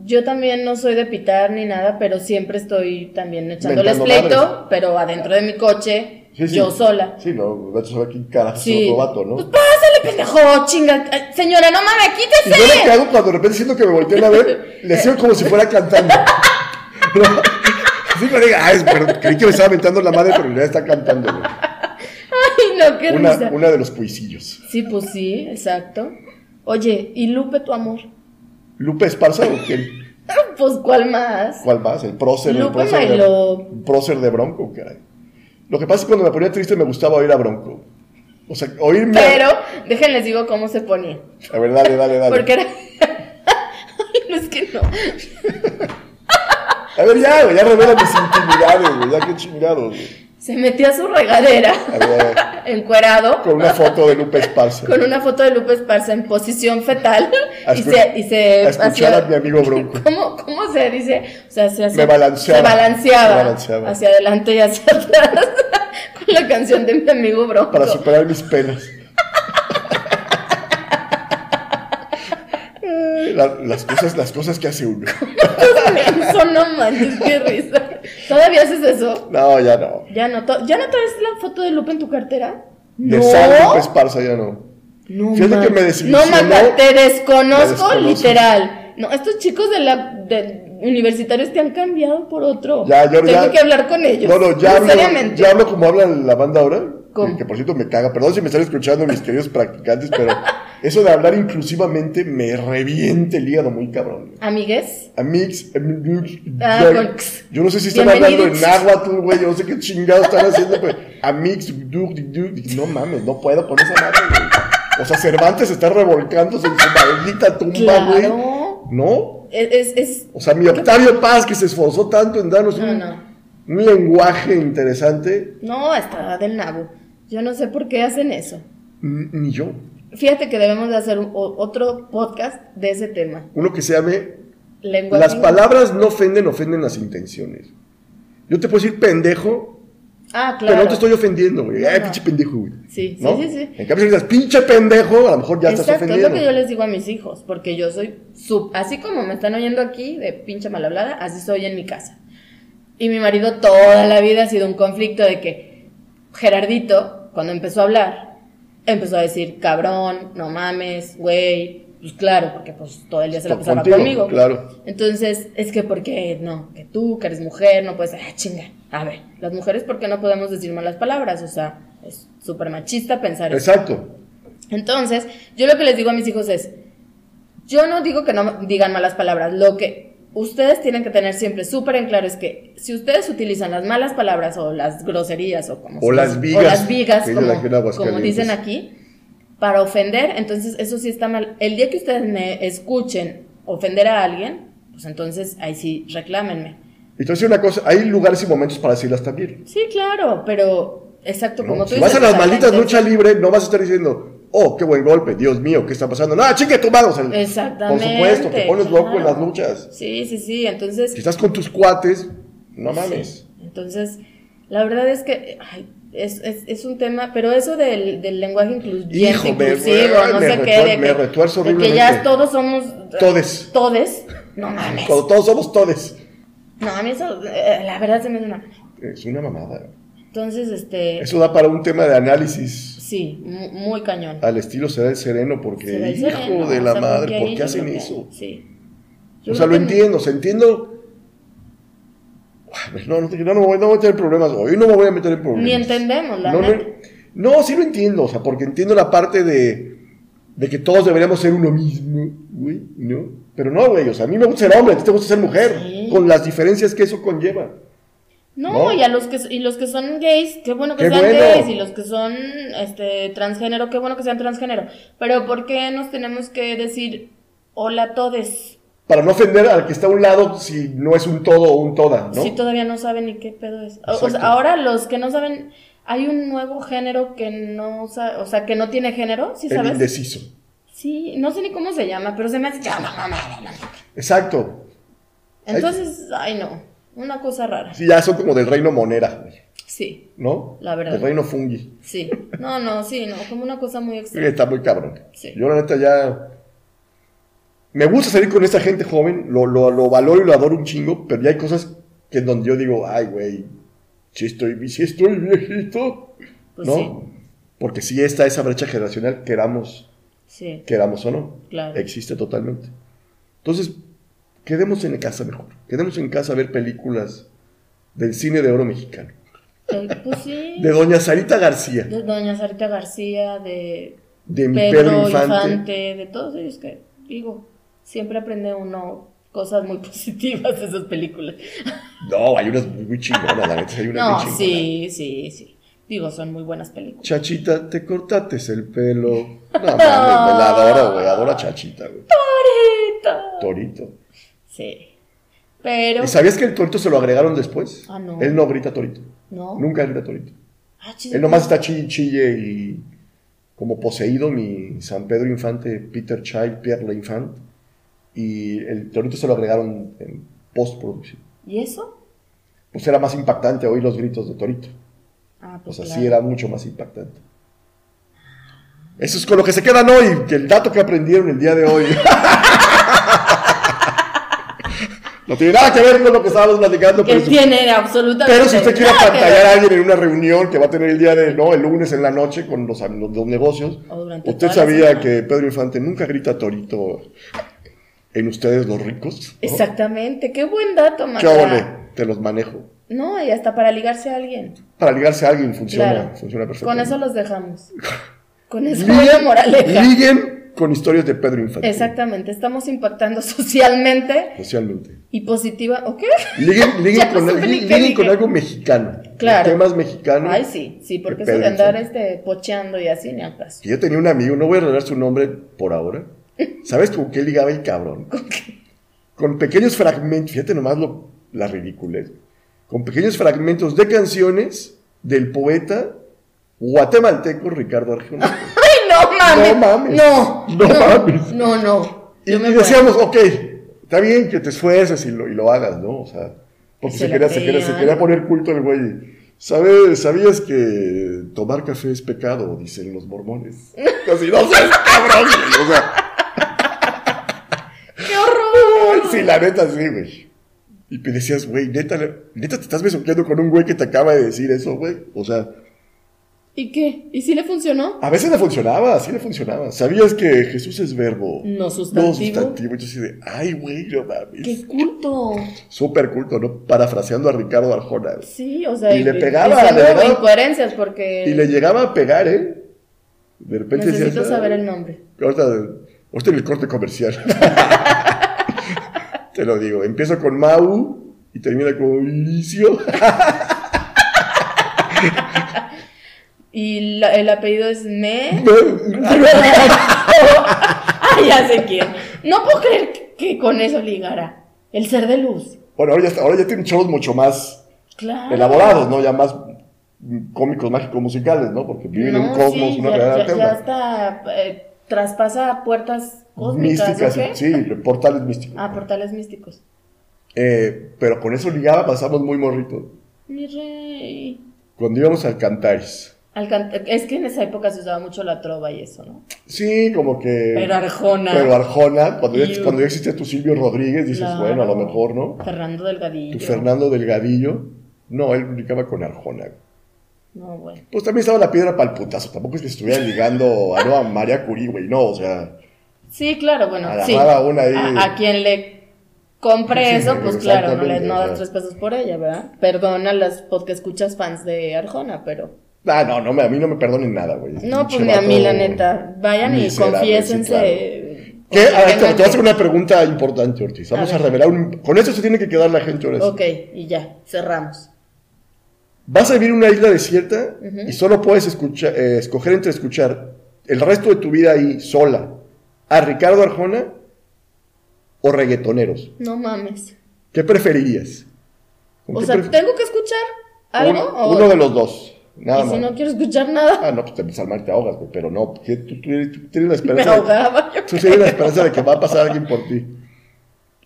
B: Yo también no soy de pitar ni nada, pero siempre estoy también echándoles
A: Mentando
B: pleito,
A: madres.
B: pero adentro de mi coche,
A: Sí, sí.
B: yo sola.
A: Sí, no, vas a saber quién carajo
B: Sí.
A: es otro vato, ¿no?
B: Pues pásale, pendejo, chinga. Ay, Señora, no mames,
A: Y
B: quítese.
A: yo le cago cuando de repente siento que me voltean a ver, le sigo como si fuera cantando. ¿No? Sí, me diga, ay, pero creí que me estaba aventando la madre, pero en realidad está cantando. güey.
B: Ay, no, qué
A: Una,
B: risa.
A: una de los puisillos.
B: Sí, pues sí, exacto. Oye, ¿y Lupe tu amor?
A: ¿Lupe Esparza o quién?
B: Pues, ¿cuál más?
A: ¿Cuál más? ¿El prócer?
B: Lupe
A: el prócer de,
B: Mailó.
A: el prócer de Bronco, caray. Lo que pasa es que cuando me ponía triste me gustaba oír a Bronco. O sea, oírme.
B: Pero, déjenles digo cómo se ponía.
A: A ver, dale, dale, dale.
B: Porque era. Ay, no es que no.
A: A ver, ya, güey, ya revela mis intimidades, güey. Ya qué chingados, güey.
B: Se metió a su regadera,
A: A ver, a ver.
B: encuerado,
A: Con una foto de Lupe Esparza.
B: con una foto de Lupe Esparza en posición fetal.
A: A
B: y
A: escu-
B: se. Y se
A: a escuchar
B: hacía-
A: a mi amigo Bronco.
B: ¿Cómo, ¿Cómo se dice? O sea, se hacía-
A: Me balanceaba.
B: Se balanceaba,
A: Me balanceaba.
B: Hacia adelante y hacia atrás. con la canción de mi amigo Bronco.
A: Para superar mis penas. Eh, la- las, cosas, las cosas que hace uno.
B: Eso no manches, qué risa. ¿Todavía haces eso?
A: No, ya no.
B: Ya no, to- ¿Ya no traes la foto de Lupe en tu cartera?
A: De
B: no.
A: San Lupe Esparza ya no.
B: No,
A: Fíjate
B: man.
A: que me desilusionó.
B: No, mamá, te
A: Me
B: desconozco
A: desconozco.
B: literal. No, estos chicos de la de universitarios te han cambiado por otro.
A: Ya, yo-
B: Tengo
A: ya-
B: que hablar con ellos.
A: No, no, ya hablo,
B: Seriamente.
A: ya hablo como habla la banda ahora.
B: ¿Cómo?
A: Que, que por cierto me caga. Perdón si me están escuchando mis queridos practicantes, pero eso de hablar inclusivamente me reviente el hígado muy cabrón.
B: Amigues.
A: Amix, amix,
B: Ah,
A: yo-
B: con-
A: yo no sé si están hablando en
B: Bienvenidos.
A: náhuatl, güey, yo no sé qué chingados están haciendo, pero amix, du- du- du- du- no mames, no puedo con esa madre, güey. O sea, Cervantes está revolcándose en su maldita tumba, güey.
B: Claro.
A: ¿No?
B: Es, es, es-
A: O sea, mi Octavio Paz que se esforzó tanto en darnos
B: No,
A: un,
B: no.
A: un lenguaje interesante,
B: No, está del nabo. Yo no sé por qué hacen eso.
A: n- ni yo.
B: Fíjate que debemos de hacer un- o- otro podcast de ese tema.
A: Uno que se llame
B: Lenguaje.
A: Las palabras no ofenden, ofenden las intenciones. Yo te puedo decir pendejo
B: Ah, claro.
A: Pero no te estoy ofendiendo, güey. Ay,
B: No.
A: pinche pendejo, güey.
B: Sí, sí,
A: ¿No?
B: sí, sí.
A: En cambio, si dices, pinche pendejo, a lo mejor ya estás
B: Exacto, es
A: ofendiendo.
B: lo que yo les digo a mis hijos, porque yo soy, sub, así como me están oyendo aquí de pinche mal hablada, así soy en mi casa. Y mi marido toda la vida ha sido un conflicto de que Gerardito, cuando empezó a hablar, empezó a decir, cabrón, no mames, güey, pues claro, porque pues todo el día se la
A: Con-
B: pasaba
A: contigo,
B: conmigo.
A: claro.
B: Entonces, es que porque no, que tú, que eres mujer, no puedes, ah, chinga. A ver, las mujeres, ¿por qué no podemos decir malas palabras? O sea, es súper machista pensar eso.
A: Exacto.
B: Entonces, yo lo que les digo a mis hijos es, yo no digo que no digan malas palabras, lo que ustedes tienen que tener siempre súper en claro es que si ustedes utilizan las malas palabras o las groserías o como
A: O las
B: les-
A: vigas,
B: o las vigas,
A: que dicen
B: como,
A: aquí en Aguascalientes.
B: como dicen aquí, para ofender, entonces eso sí está mal. El día que ustedes me escuchen ofender a alguien, pues entonces ahí sí reclámenme.
A: Y te voy a decir una cosa, hay lugares y momentos para decirlas también.
B: Sí, claro, pero exacto
A: ¿no?
B: como tú
A: Si vas a
B: dices,
A: las
B: o sea, la
A: malditas
B: intención-
A: luchas libre, no vas a estar diciendo, oh, qué buen golpe, Dios mío, ¿qué está pasando? No, chingue tu madre. O sea,
B: Exactamente.
A: Por supuesto, te pones loco en
B: claro.
A: las luchas.
B: Sí, sí, sí, entonces...
A: Si estás con tus cuates, no mames.
B: Sí. Entonces, la verdad es que ay, es, es, es un tema, pero eso del, del lenguaje incluyente,
A: Hijo, me-
B: inclusivo,
A: ay,
B: no
A: me
B: sé qué,
A: retuer-
B: de
A: me
B: que,
A: retuerzo
B: de que
A: horriblemente.
B: ya todos somos
A: Todes.
B: todes, no mames.
A: Cuando todos somos todes.
B: No, a mí eso, eh, la verdad se me hace una.
A: Es una
B: Eh.
A: mamada.
B: Entonces, este,
A: Eso da para un tema de análisis
B: sí, mu- muy cañón.
A: al estilo será el sereno, porque
B: Se da el
A: hijo
B: sereno,
A: de
B: o
A: la
B: sea,
A: madre, ¿por
B: ahí
A: qué
B: yo
A: hacen
B: creo que-
A: eso?
B: Sí. Yo
A: O sea,
B: creo
A: lo
B: que no.
A: entiendo, o sea, entiendo. No, no, te- no, no, voy, no voy a tener problemas. Hoy no me voy a meter en problemas.
B: Ni ¿eh? entendemos, la
A: no, no,
B: neta.
A: no, sí lo entiendo, o sea, porque entiendo la parte de, de que todos deberíamos ser uno mismo, güey, ¿no? Pero no, güey, o sea, a mí me gusta ser hombre, a ti te gusta ser mujer,
B: Sí.
A: con las diferencias que eso conlleva.
B: No,
A: ¿No?
B: y a los que y los que son gays, qué bueno que
A: ¡Qué
B: sean
A: bueno!
B: gays, y los que son este transgénero, qué bueno que sean transgénero. Pero ¿por qué nos tenemos que decir hola todes?
A: Para no ofender al que está a un lado si no es un todo o un toda, ¿no?
B: Si todavía no saben ni qué pedo es. O- O, sea,
A: Exacto.
B: ahora los que no saben, hay un nuevo género que no sa- o sea, que no tiene género, ¿sí
A: El
B: sabes?
A: indeciso.
B: Sí, no sé ni cómo se llama, pero se me hace ya, no, no, no, no.
A: Exacto.
B: Entonces, ay no, una cosa rara.
A: Sí, ya son como del reino monera, güey,
B: Sí,
A: ¿no?
B: La verdad.
A: Del reino fungi.
B: sí. No, no, sí, no, como una cosa muy
A: Sí,
B: extraña.
A: Está muy cabrón.
B: Sí.
A: Yo la neta ya... Me gusta salir con esta gente joven, lo, lo, lo valoro y lo adoro un chingo, pero ya hay cosas que en donde yo digo, ay, güey, si estoy, si estoy viejito,
B: Pues
A: ¿no?
B: sí.
A: Porque sí está esa brecha generacional, queramos,
B: Sí.
A: queramos o no,
B: Claro.
A: existe totalmente. Entonces, quedemos en casa mejor, quedemos en casa a ver películas del cine de oro mexicano,
B: Eh, pues sí.
A: de doña Sarita García,
B: de Doña Sarita García, de
A: de mi
B: Pedro,
A: Pedro
B: Infante.
A: Infante.
B: de todos ellos que, digo, siempre aprende uno cosas muy positivas de esas películas.
A: No, hay unas muy chingonas, la neta. Hay unas
B: No,
A: muy chingonas.
B: sí, sí, sí. Digo, son muy buenas películas.
A: Chachita, te cortates el pelo. No mames, me la adoro, güey. Adoro a Chachita, güey.
B: ¡Torito!
A: Torito.
B: Sí. Pero.
A: ¿Y sabías que el torito se lo agregaron después?
B: Ah, no. Oh.
A: Él no grita torito.
B: No.
A: Nunca grita torito.
B: Ah, chido.
A: Él nomás está chille, chille y como poseído mi San Pedro Infante, Peter Child, Pierre Leinfant. Y el torito se lo agregaron en postproducción.
B: ¿Y eso?
A: Pues era más impactante oír los gritos de torito.
B: Ah,
A: O
B: pues.
A: sea,
B: claro.
A: sí era mucho más impactante. Eso es con lo que se quedan hoy, que el dato que aprendieron el día de hoy. no tiene nada que ver con lo que estábamos platicando,
B: Que
A: pero, si-
B: tiene absolutamente.
A: pero si usted quiere
B: nada que ver.
A: apantallar a alguien en una reunión que va a tener el día de, no, el lunes en la noche con los, am- los, los negocios,
B: O durante
A: usted
B: toda la
A: sabía
B: semana.
A: que Pedro Infante nunca grita torito en ustedes los ricos. ¿no?
B: Exactamente. Qué buen dato,
A: Qué
B: Marta.
A: ole, te los manejo.
B: No, y hasta para ligarse a alguien.
A: Para ligarse a alguien funciona,
B: Claro.
A: funciona perfectamente.
B: Con eso los dejamos. Con eso buena moraleja.
A: liguen con historias de Pedro Infante.
B: Exactamente. Estamos impactando socialmente
A: Socialmente.
B: y positiva. ¿O qué?
A: Liguen, liguen
B: Ya no
A: con,
B: supe
A: li-
B: ni qué
A: liguen
B: dije.
A: con algo mexicano.
B: Claro.
A: Temas mexicanos.
B: Ay, sí, sí, porque
A: Qué
B: eso de
A: pedo,
B: andar
A: Infante.
B: este, pocheando y así, ni al caso.
A: Que Yo tenía un amigo, no voy a revelar su nombre por ahora. ¿Sabes con qué ligaba el cabrón?
B: ¿Con qué?
A: Con pequeños fragmentos, fíjate nomás lo, la ridiculez. Con pequeños fragmentos de canciones del poeta guatemalteco Ricardo Arjona.
B: ¡Ay, no mames!
A: No mames.
B: No,
A: No mames.
B: No, no.
A: Y, y
B: Yo me
A: decíamos, ok, está bien que te esfuerces y lo, y lo hagas, ¿no? O sea, porque
B: Que
A: se,
B: se la
A: quería, se, quería, se
B: crean.
A: quería poner culto el güey. ¿Sabes, ¿Sabías que tomar café es pecado? Dicen los mormones. Casi no seas cabrón, güey. O sea,
B: acuerdo. ¡Qué horror!
A: sí, la neta sí, güey. Y te decías, güey, neta, neta te estás besuqueando con un güey que te acaba de decir eso, güey. O sea,
B: ¿Y qué? ¿Y si le funcionó?
A: a veces le funcionaba, sí le funcionaba. ¿Sabías que Jesús es verbo?
B: No
A: No
B: sustantivo.
A: sustantivo. Y yo así de, ay, güey, no mames.
B: ¡Qué culto!
A: Súper culto, ¿no? Parafraseando a Ricardo Arjona. güey.
B: Sí, o sea,
A: Y le pegaba,
B: diciendo
A: le daba-
B: incoherencias porque
A: Y le llegaba a pegar, ¿eh? De repente
B: necesito
A: decías, "Ah,
B: saber el nombre.
A: Ahorita, ahorita en el corte comercial. Te lo digo. Empiezo con Mau y termina con Inicio.
B: Y la- el apellido es Me. ah, ya sé quién. No puedo creer que, que con eso ligara. El ser de luz.
A: bueno, ahora ya, está- ahora ya tienen shows mucho más
B: Claro.
A: elaborados, ¿no? Ya más mm, cómicos, mágicos, musicales, ¿no? Porque viven en un cosmos,
B: sí,
A: una
B: ya,
A: realidad
B: ya-
A: alterna.
B: ya hasta eh, traspasa puertas cósmicas,
A: Místicas,
B: ¿o qué?
A: sí, portales místicos.
B: Ah, portales místicos.
A: Eh, pero con eso ligaba, pasamos muy morrito.
B: Mi rey.
A: Cuando íbamos al Cantaris.
B: Alcan- es que en esa época se usaba mucho la trova y eso, ¿no?
A: Sí, como que.
B: Pero Arjona.
A: Pero Arjona, cuando ya,
B: Iu.
A: cuando ya existía tu Silvio Rodríguez, dices,
B: Claro.
A: bueno, a lo mejor, ¿no?
B: Fernando Delgadillo.
A: Tu Fernando Delgadillo. No, él brincaba con Arjona.
B: No, bueno.
A: Pues también estaba la piedra para el putazo. Tampoco es que estuviera ligando a, no, a María Curie, güey. No, o sea,
B: Sí, claro, bueno. sí.
A: Agarraba una ahí.
B: A, a quien le compre
A: Sí,
B: eso, pues
A: exactamente,
B: claro, no, le, no
A: o sea.
B: das tres pesos por ella, ¿verdad? Perdona las porque escuchas fans de Arjona, pero.
A: ah, no, no, me- a mí no me perdonen nada, güey.
B: No,
A: Pinche
B: pues ni a mí,
A: vato
B: la neta. Vayan y
A: miserable,
B: confiésense.
A: sí, claro. ¿Qué? A ver, te, te voy a hacer una pregunta importante, Ortiz. Vamos
B: A
A: a,
B: ver.
A: revelar un... Con eso se tiene que quedar la gente ahora sí.
B: Ok, y ya, cerramos.
A: Vas a vivir en una isla desierta
B: Ujú.
A: y solo puedes escucha- eh, escoger entre escuchar el resto de tu vida ahí sola a Ricardo Arjona o reggaetoneros.
B: No mames.
A: ¿Qué preferirías? ¿Con
B: O
A: qué
B: sea,
A: pref-
B: ¿tengo que escuchar algo?
A: Un-
B: o...
A: Uno de los dos. Nada
B: y
A: más.
B: si no quiero escuchar nada,
A: Ah, no, pues te Salmar, te ahogas, güey, pero no, porque tú, tú- tú tienes la
B: me
A: esperanza. de,
B: ahogaba. Yo
A: tú tienes la esperanza de que va a pasar alguien por ti.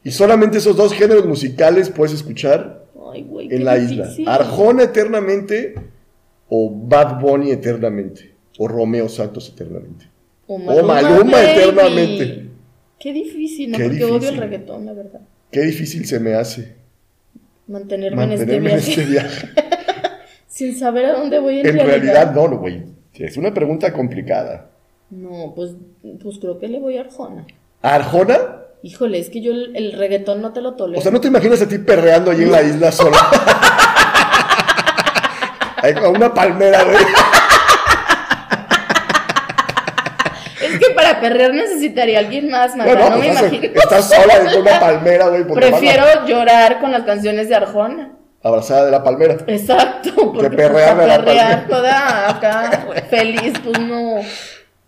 A: Y solamente esos dos géneros musicales puedes escuchar
B: creo. Ay, güey, qué
A: en la
B: difícil.
A: isla. Arjona eternamente o Bad Bunny eternamente o Romeo Santos eternamente.
B: O
A: o Maluma
B: baby.
A: eternamente.
B: Qué difícil, ¿no?
A: Qué
B: Porque odio el
A: difícil.
B: reggaetón, la verdad.
A: Qué difícil se me hace
B: Mantenerme,
A: mantenerme
B: en
A: en
B: este viaje
A: este viaje.
B: sin saber a dónde voy en,
A: En realidad no, no, güey. Es una pregunta complicada.
B: No, pues, pues creo que le voy a Arjona.
A: ¿Arjona?
B: Híjole, es que yo el, el reggaetón no te lo tolero.
A: O sea, ¿no te imaginas a ti perreando allí en la isla sola? Ahí con una palmera, güey.
B: Es que para para perrear necesitaría a alguien más, Marta, no,
A: no,
B: me
A: pues, estás-
B: imagino.
A: Estás sola dentro de una palmera, güey. porque
B: Prefiero
A: vas
B: llorar con las canciones de Arjona.
A: a- Abrazada de la palmera.
B: Exacto, porque pues,
A: perrear de
B: para
A: la
B: perrear
A: palmera.
B: toda acá feliz, pues no.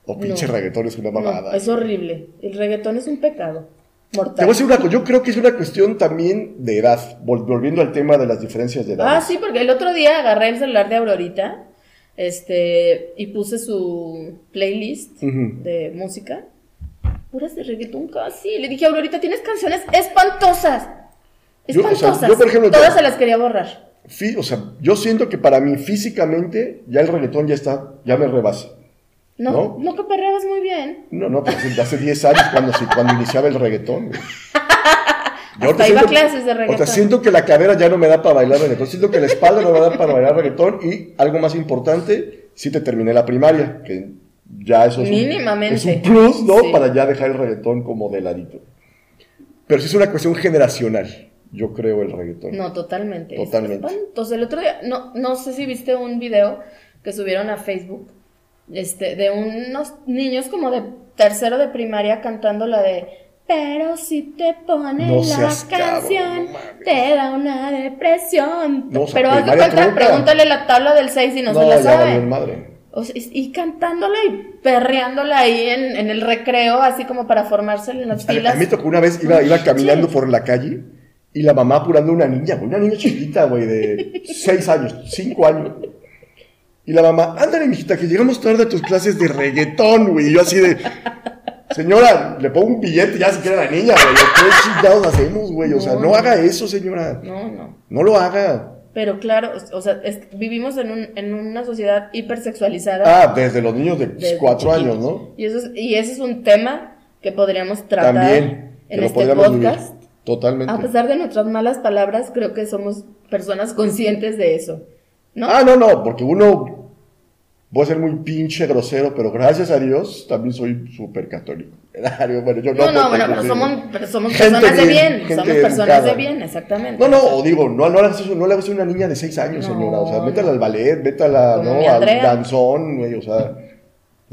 A: O pinche
B: No.
A: reggaetón es una
B: No,
A: mamada.
B: es horrible. El reggaetón es un pecado
A: Te
B: mortal.
A: voy a decir una cosa, yo creo que es una cuestión también de edad, vol- volviendo al tema de las diferencias de edad.
B: Ah, sí, porque el otro día agarré el celular de Aurorita este, y puse su playlist
A: Ujú.
B: de música. Puras de reggaetón casi. Le dije, Aurorita, tienes canciones espantosas.
A: Yo, o sea,
B: Espantosas.
A: yo, por ejemplo,
B: Todas
A: yo-
B: se las quería borrar.
A: Fi- o sea, yo siento que para mí físicamente ya el reggaetón ya está, ya me rebasa.
B: No, no,
A: ¿No?
B: que perreabas muy bien.
A: No, no, pues de hace 10 años cuando, se- cuando iniciaba el reggaetón. güey. Yo ahorita
B: Hasta iba
A: siento-
B: a clases de
A: O sea,
B: reggaetón.
A: siento que la cadera ya no me da para bailar reggaetón, siento que la espalda no me da para bailar reggaetón y algo más importante, sí te terminé la primaria, que ya eso es un-
B: Mínimamente.
A: es un, plus, ¿no?
B: Sí.
A: Para ya dejar el reggaetón como de ladito. Pero sí es una cuestión generacional, yo creo, el reggaetón.
B: No, totalmente. Es
A: Totalmente.
B: espantoso. el otro día, no, no sé si viste un video que subieron a Facebook este, de unos niños como de tercero de primaria cantando la de Pero si te ponen
A: No
B: la
A: seas cabrón,
B: canción,
A: no mames.
B: te da una depresión.
A: No, o sea,
B: Pero haz de
A: primaria
B: cuenta,
A: trunca.
B: pregúntale la tabla del 6 y no, se
A: No,
B: la
A: ya valió en
B: sabe.
A: madre.
B: O sea, y, y cantándola y perreándola ahí en, en el recreo, así como para formársela en las
A: A,
B: filas.
A: a mí me tocó una vez, iba, iba caminando
B: Sí.
A: por la calle y la mamá apurando a una niña, güey, una niña chiquita, güey, de 6 años, 5 años. güey. Y la mamá, ándale, mijita, que llegamos tarde a tus clases de reggaetón, güey. Y yo así de, señora, le pongo un billete ya si quiere a la niña, güey. ¿Qué chingados hacemos, güey? O sea,
B: No,
A: no
B: no.
A: haga eso, señora.
B: No, no.
A: No lo haga.
B: Pero claro, o- o sea, es- vivimos en, un- en una sociedad hipersexualizada.
A: Ah, desde los niños de
B: desde
A: 4
B: chiquitos.
A: años, ¿no?
B: Y, eso es- y ese es un tema que podríamos tratar
A: También. que
B: en
A: lo
B: este
A: podríamos vivir.
B: podcast. Ah, pues
A: Totalmente.
B: A pesar de nuestras malas palabras, creo que somos personas conscientes de eso. ¿No?
A: Ah, no, no, porque uno puede ser muy pinche grosero, pero gracias a Dios también soy súper católico. bueno, yo no.
B: no,
A: porque,
B: no, bueno, pero
A: pues,
B: somos,
A: digo,
B: pero somos
A: Gente
B: personas de
A: bien,
B: bien.
A: gente
B: somos personas de
A: educada.
B: bien, exactamente.
A: No, no, o digo, no, no le hagas eso, no le hagas eso a una niña de 6 años,
B: No,
A: señora. O sea,
B: no.
A: métala al ballet, métala,
B: Como mi
A: ¿no? Al
B: Andrea.
A: danzón, güey, o sea.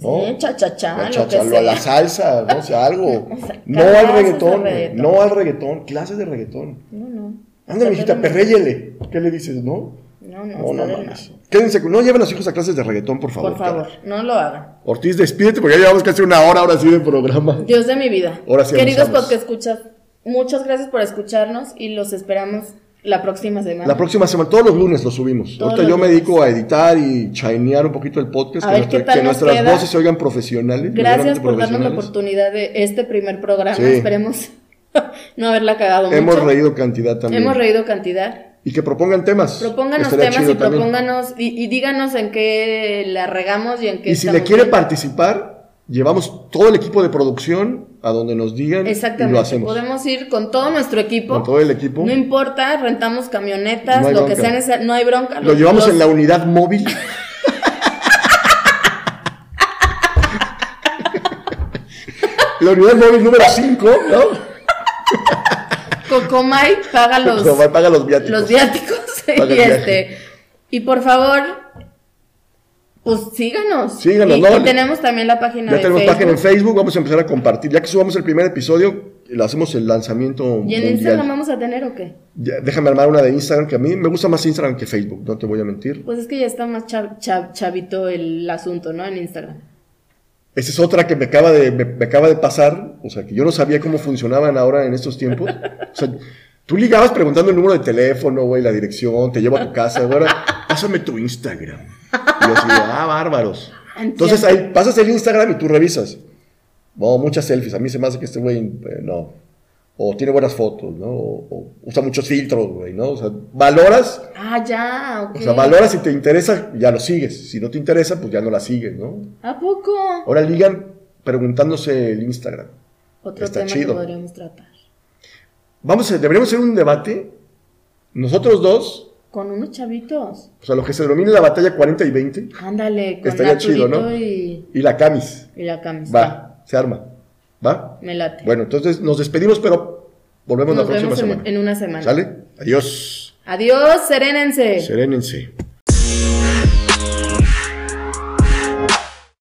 A: ¿no?
B: Sí, cha-cha-cha,
A: La
B: lo
A: cha-
B: que
A: cha- lo- a
B: sea.
A: la salsa, no sé, algo.
B: O sea,
A: no
B: clases
A: al
B: de
A: reggaetón, güey,
B: reggaetón.
A: no al reggaetón, clases de reggaetón.
B: No, no.
A: Ándale, mijita,
B: Está del-
A: perréyele. ¿Qué le dices, no?
B: No, no,
A: No,
B: está
A: no
B: del-
A: mames. Quédense, con- no lleven a los hijos a clases de reggaetón, por favor.
B: Por favor, no lo hagan.
A: Ortiz, despídete porque ya llevamos casi una hora ahora sí de programa.
B: Dios de mi vida.
A: Ahora sí
B: Queridos
A: avanzamos.
B: podcast escuchas, muchas gracias por escucharnos y los esperamos la próxima semana.
A: La próxima semana, todos los lunes lo subimos.
B: Todos
A: Ahorita
B: los
A: yo me
B: lunes.
A: dedico a editar y chainear un poquito el podcast,
B: A
A: que,
B: ver
A: nuestra-
B: qué tal
A: que
B: nos
A: nuestras
B: queda.
A: voces se oigan profesionales.
B: Gracias
A: medianamente
B: por darnos la
A: profesionales.
B: oportunidad de este primer programa.
A: Sí.
B: Esperemos no haberla cagado
A: Hemos
B: mucho.
A: reído cantidad también.
B: Hemos reído cantidad.
A: Y que propongan temas.
B: Propónganos
A: Estaría
B: temas
A: chido
B: y
A: también.
B: propónganos y, y díganos en qué la regamos y en qué
A: Y si
B: estamos
A: le quiere
B: bien.
A: participar, llevamos todo el equipo de producción a donde nos digan y lo
B: Exactamente.
A: hacemos.
B: Podemos ir con todo nuestro equipo.
A: Con todo el equipo.
B: No importa, rentamos camionetas,
A: No hay
B: lo que
A: bronca.
B: sea necesario, no hay bronca.
A: Lo llevamos
B: Los-
A: en la unidad móvil. la unidad móvil número 5, ¿no?
B: Cocomay paga los
A: Pero va- paga los viáticos.
B: los viáticos
A: Para el
B: y
A: viaje.
B: este y por favor pues síganos
A: Síganos,
B: y,
A: ¿no?
B: y tenemos también la página
A: ya
B: de
A: tenemos
B: Facebook
A: página en Facebook, vamos a empezar a compartir. Ya que subamos el primer episodio, le hacemos el lanzamiento
B: y en
A: mundial.
B: Instagram vamos a tener o qué
A: Ya, déjame armar una de Instagram, que a mí me gusta más Instagram que Facebook, no te voy a mentir.
B: pues es que ya está más chav- chav- chavito el asunto no en Instagram
A: Esa es otra que me acaba, de, me, me acaba de pasar, o sea, que yo no sabía cómo funcionaban ahora en estos tiempos. O sea, tú ligabas preguntando el número de teléfono, güey, la dirección, te llevo a tu casa, güey, ahora, pásame tu Instagram. Y yo así, ah, bárbaros. Entonces ahí pasas el Instagram y tú revisas. No, muchas selfies, a mí se me hace que este güey, eh, no. O tiene buenas fotos, ¿no? O, o usa muchos filtros, güey, ¿no? O sea, valoras,
B: ah ya ok.
A: o sea, valoras si te interesa, ya lo sigues. Si no te interesa, pues ya no la sigues, ¿no?
B: a poco
A: Ahora ligan preguntándose el Instagram.
B: otro
A: está
B: tema
A: chido.
B: que podríamos tratar
A: Vamos a, deberíamos hacer un debate, nosotros dos,
B: con unos chavitos
A: o sea, lo que se denomina la batalla 40 y 20,
B: ándale con
A: Estaría
B: Arturito
A: chido, ¿no?
B: y,
A: y la camis.
B: y la camisa
A: Va, se arma. ¿Va?
B: me late
A: Bueno, entonces nos despedimos, pero volvemos
B: nos
A: la próxima
B: vemos en,
A: semana.
B: en una semana
A: ¿Sale? Adiós.
B: adiós serénense
A: Serénense.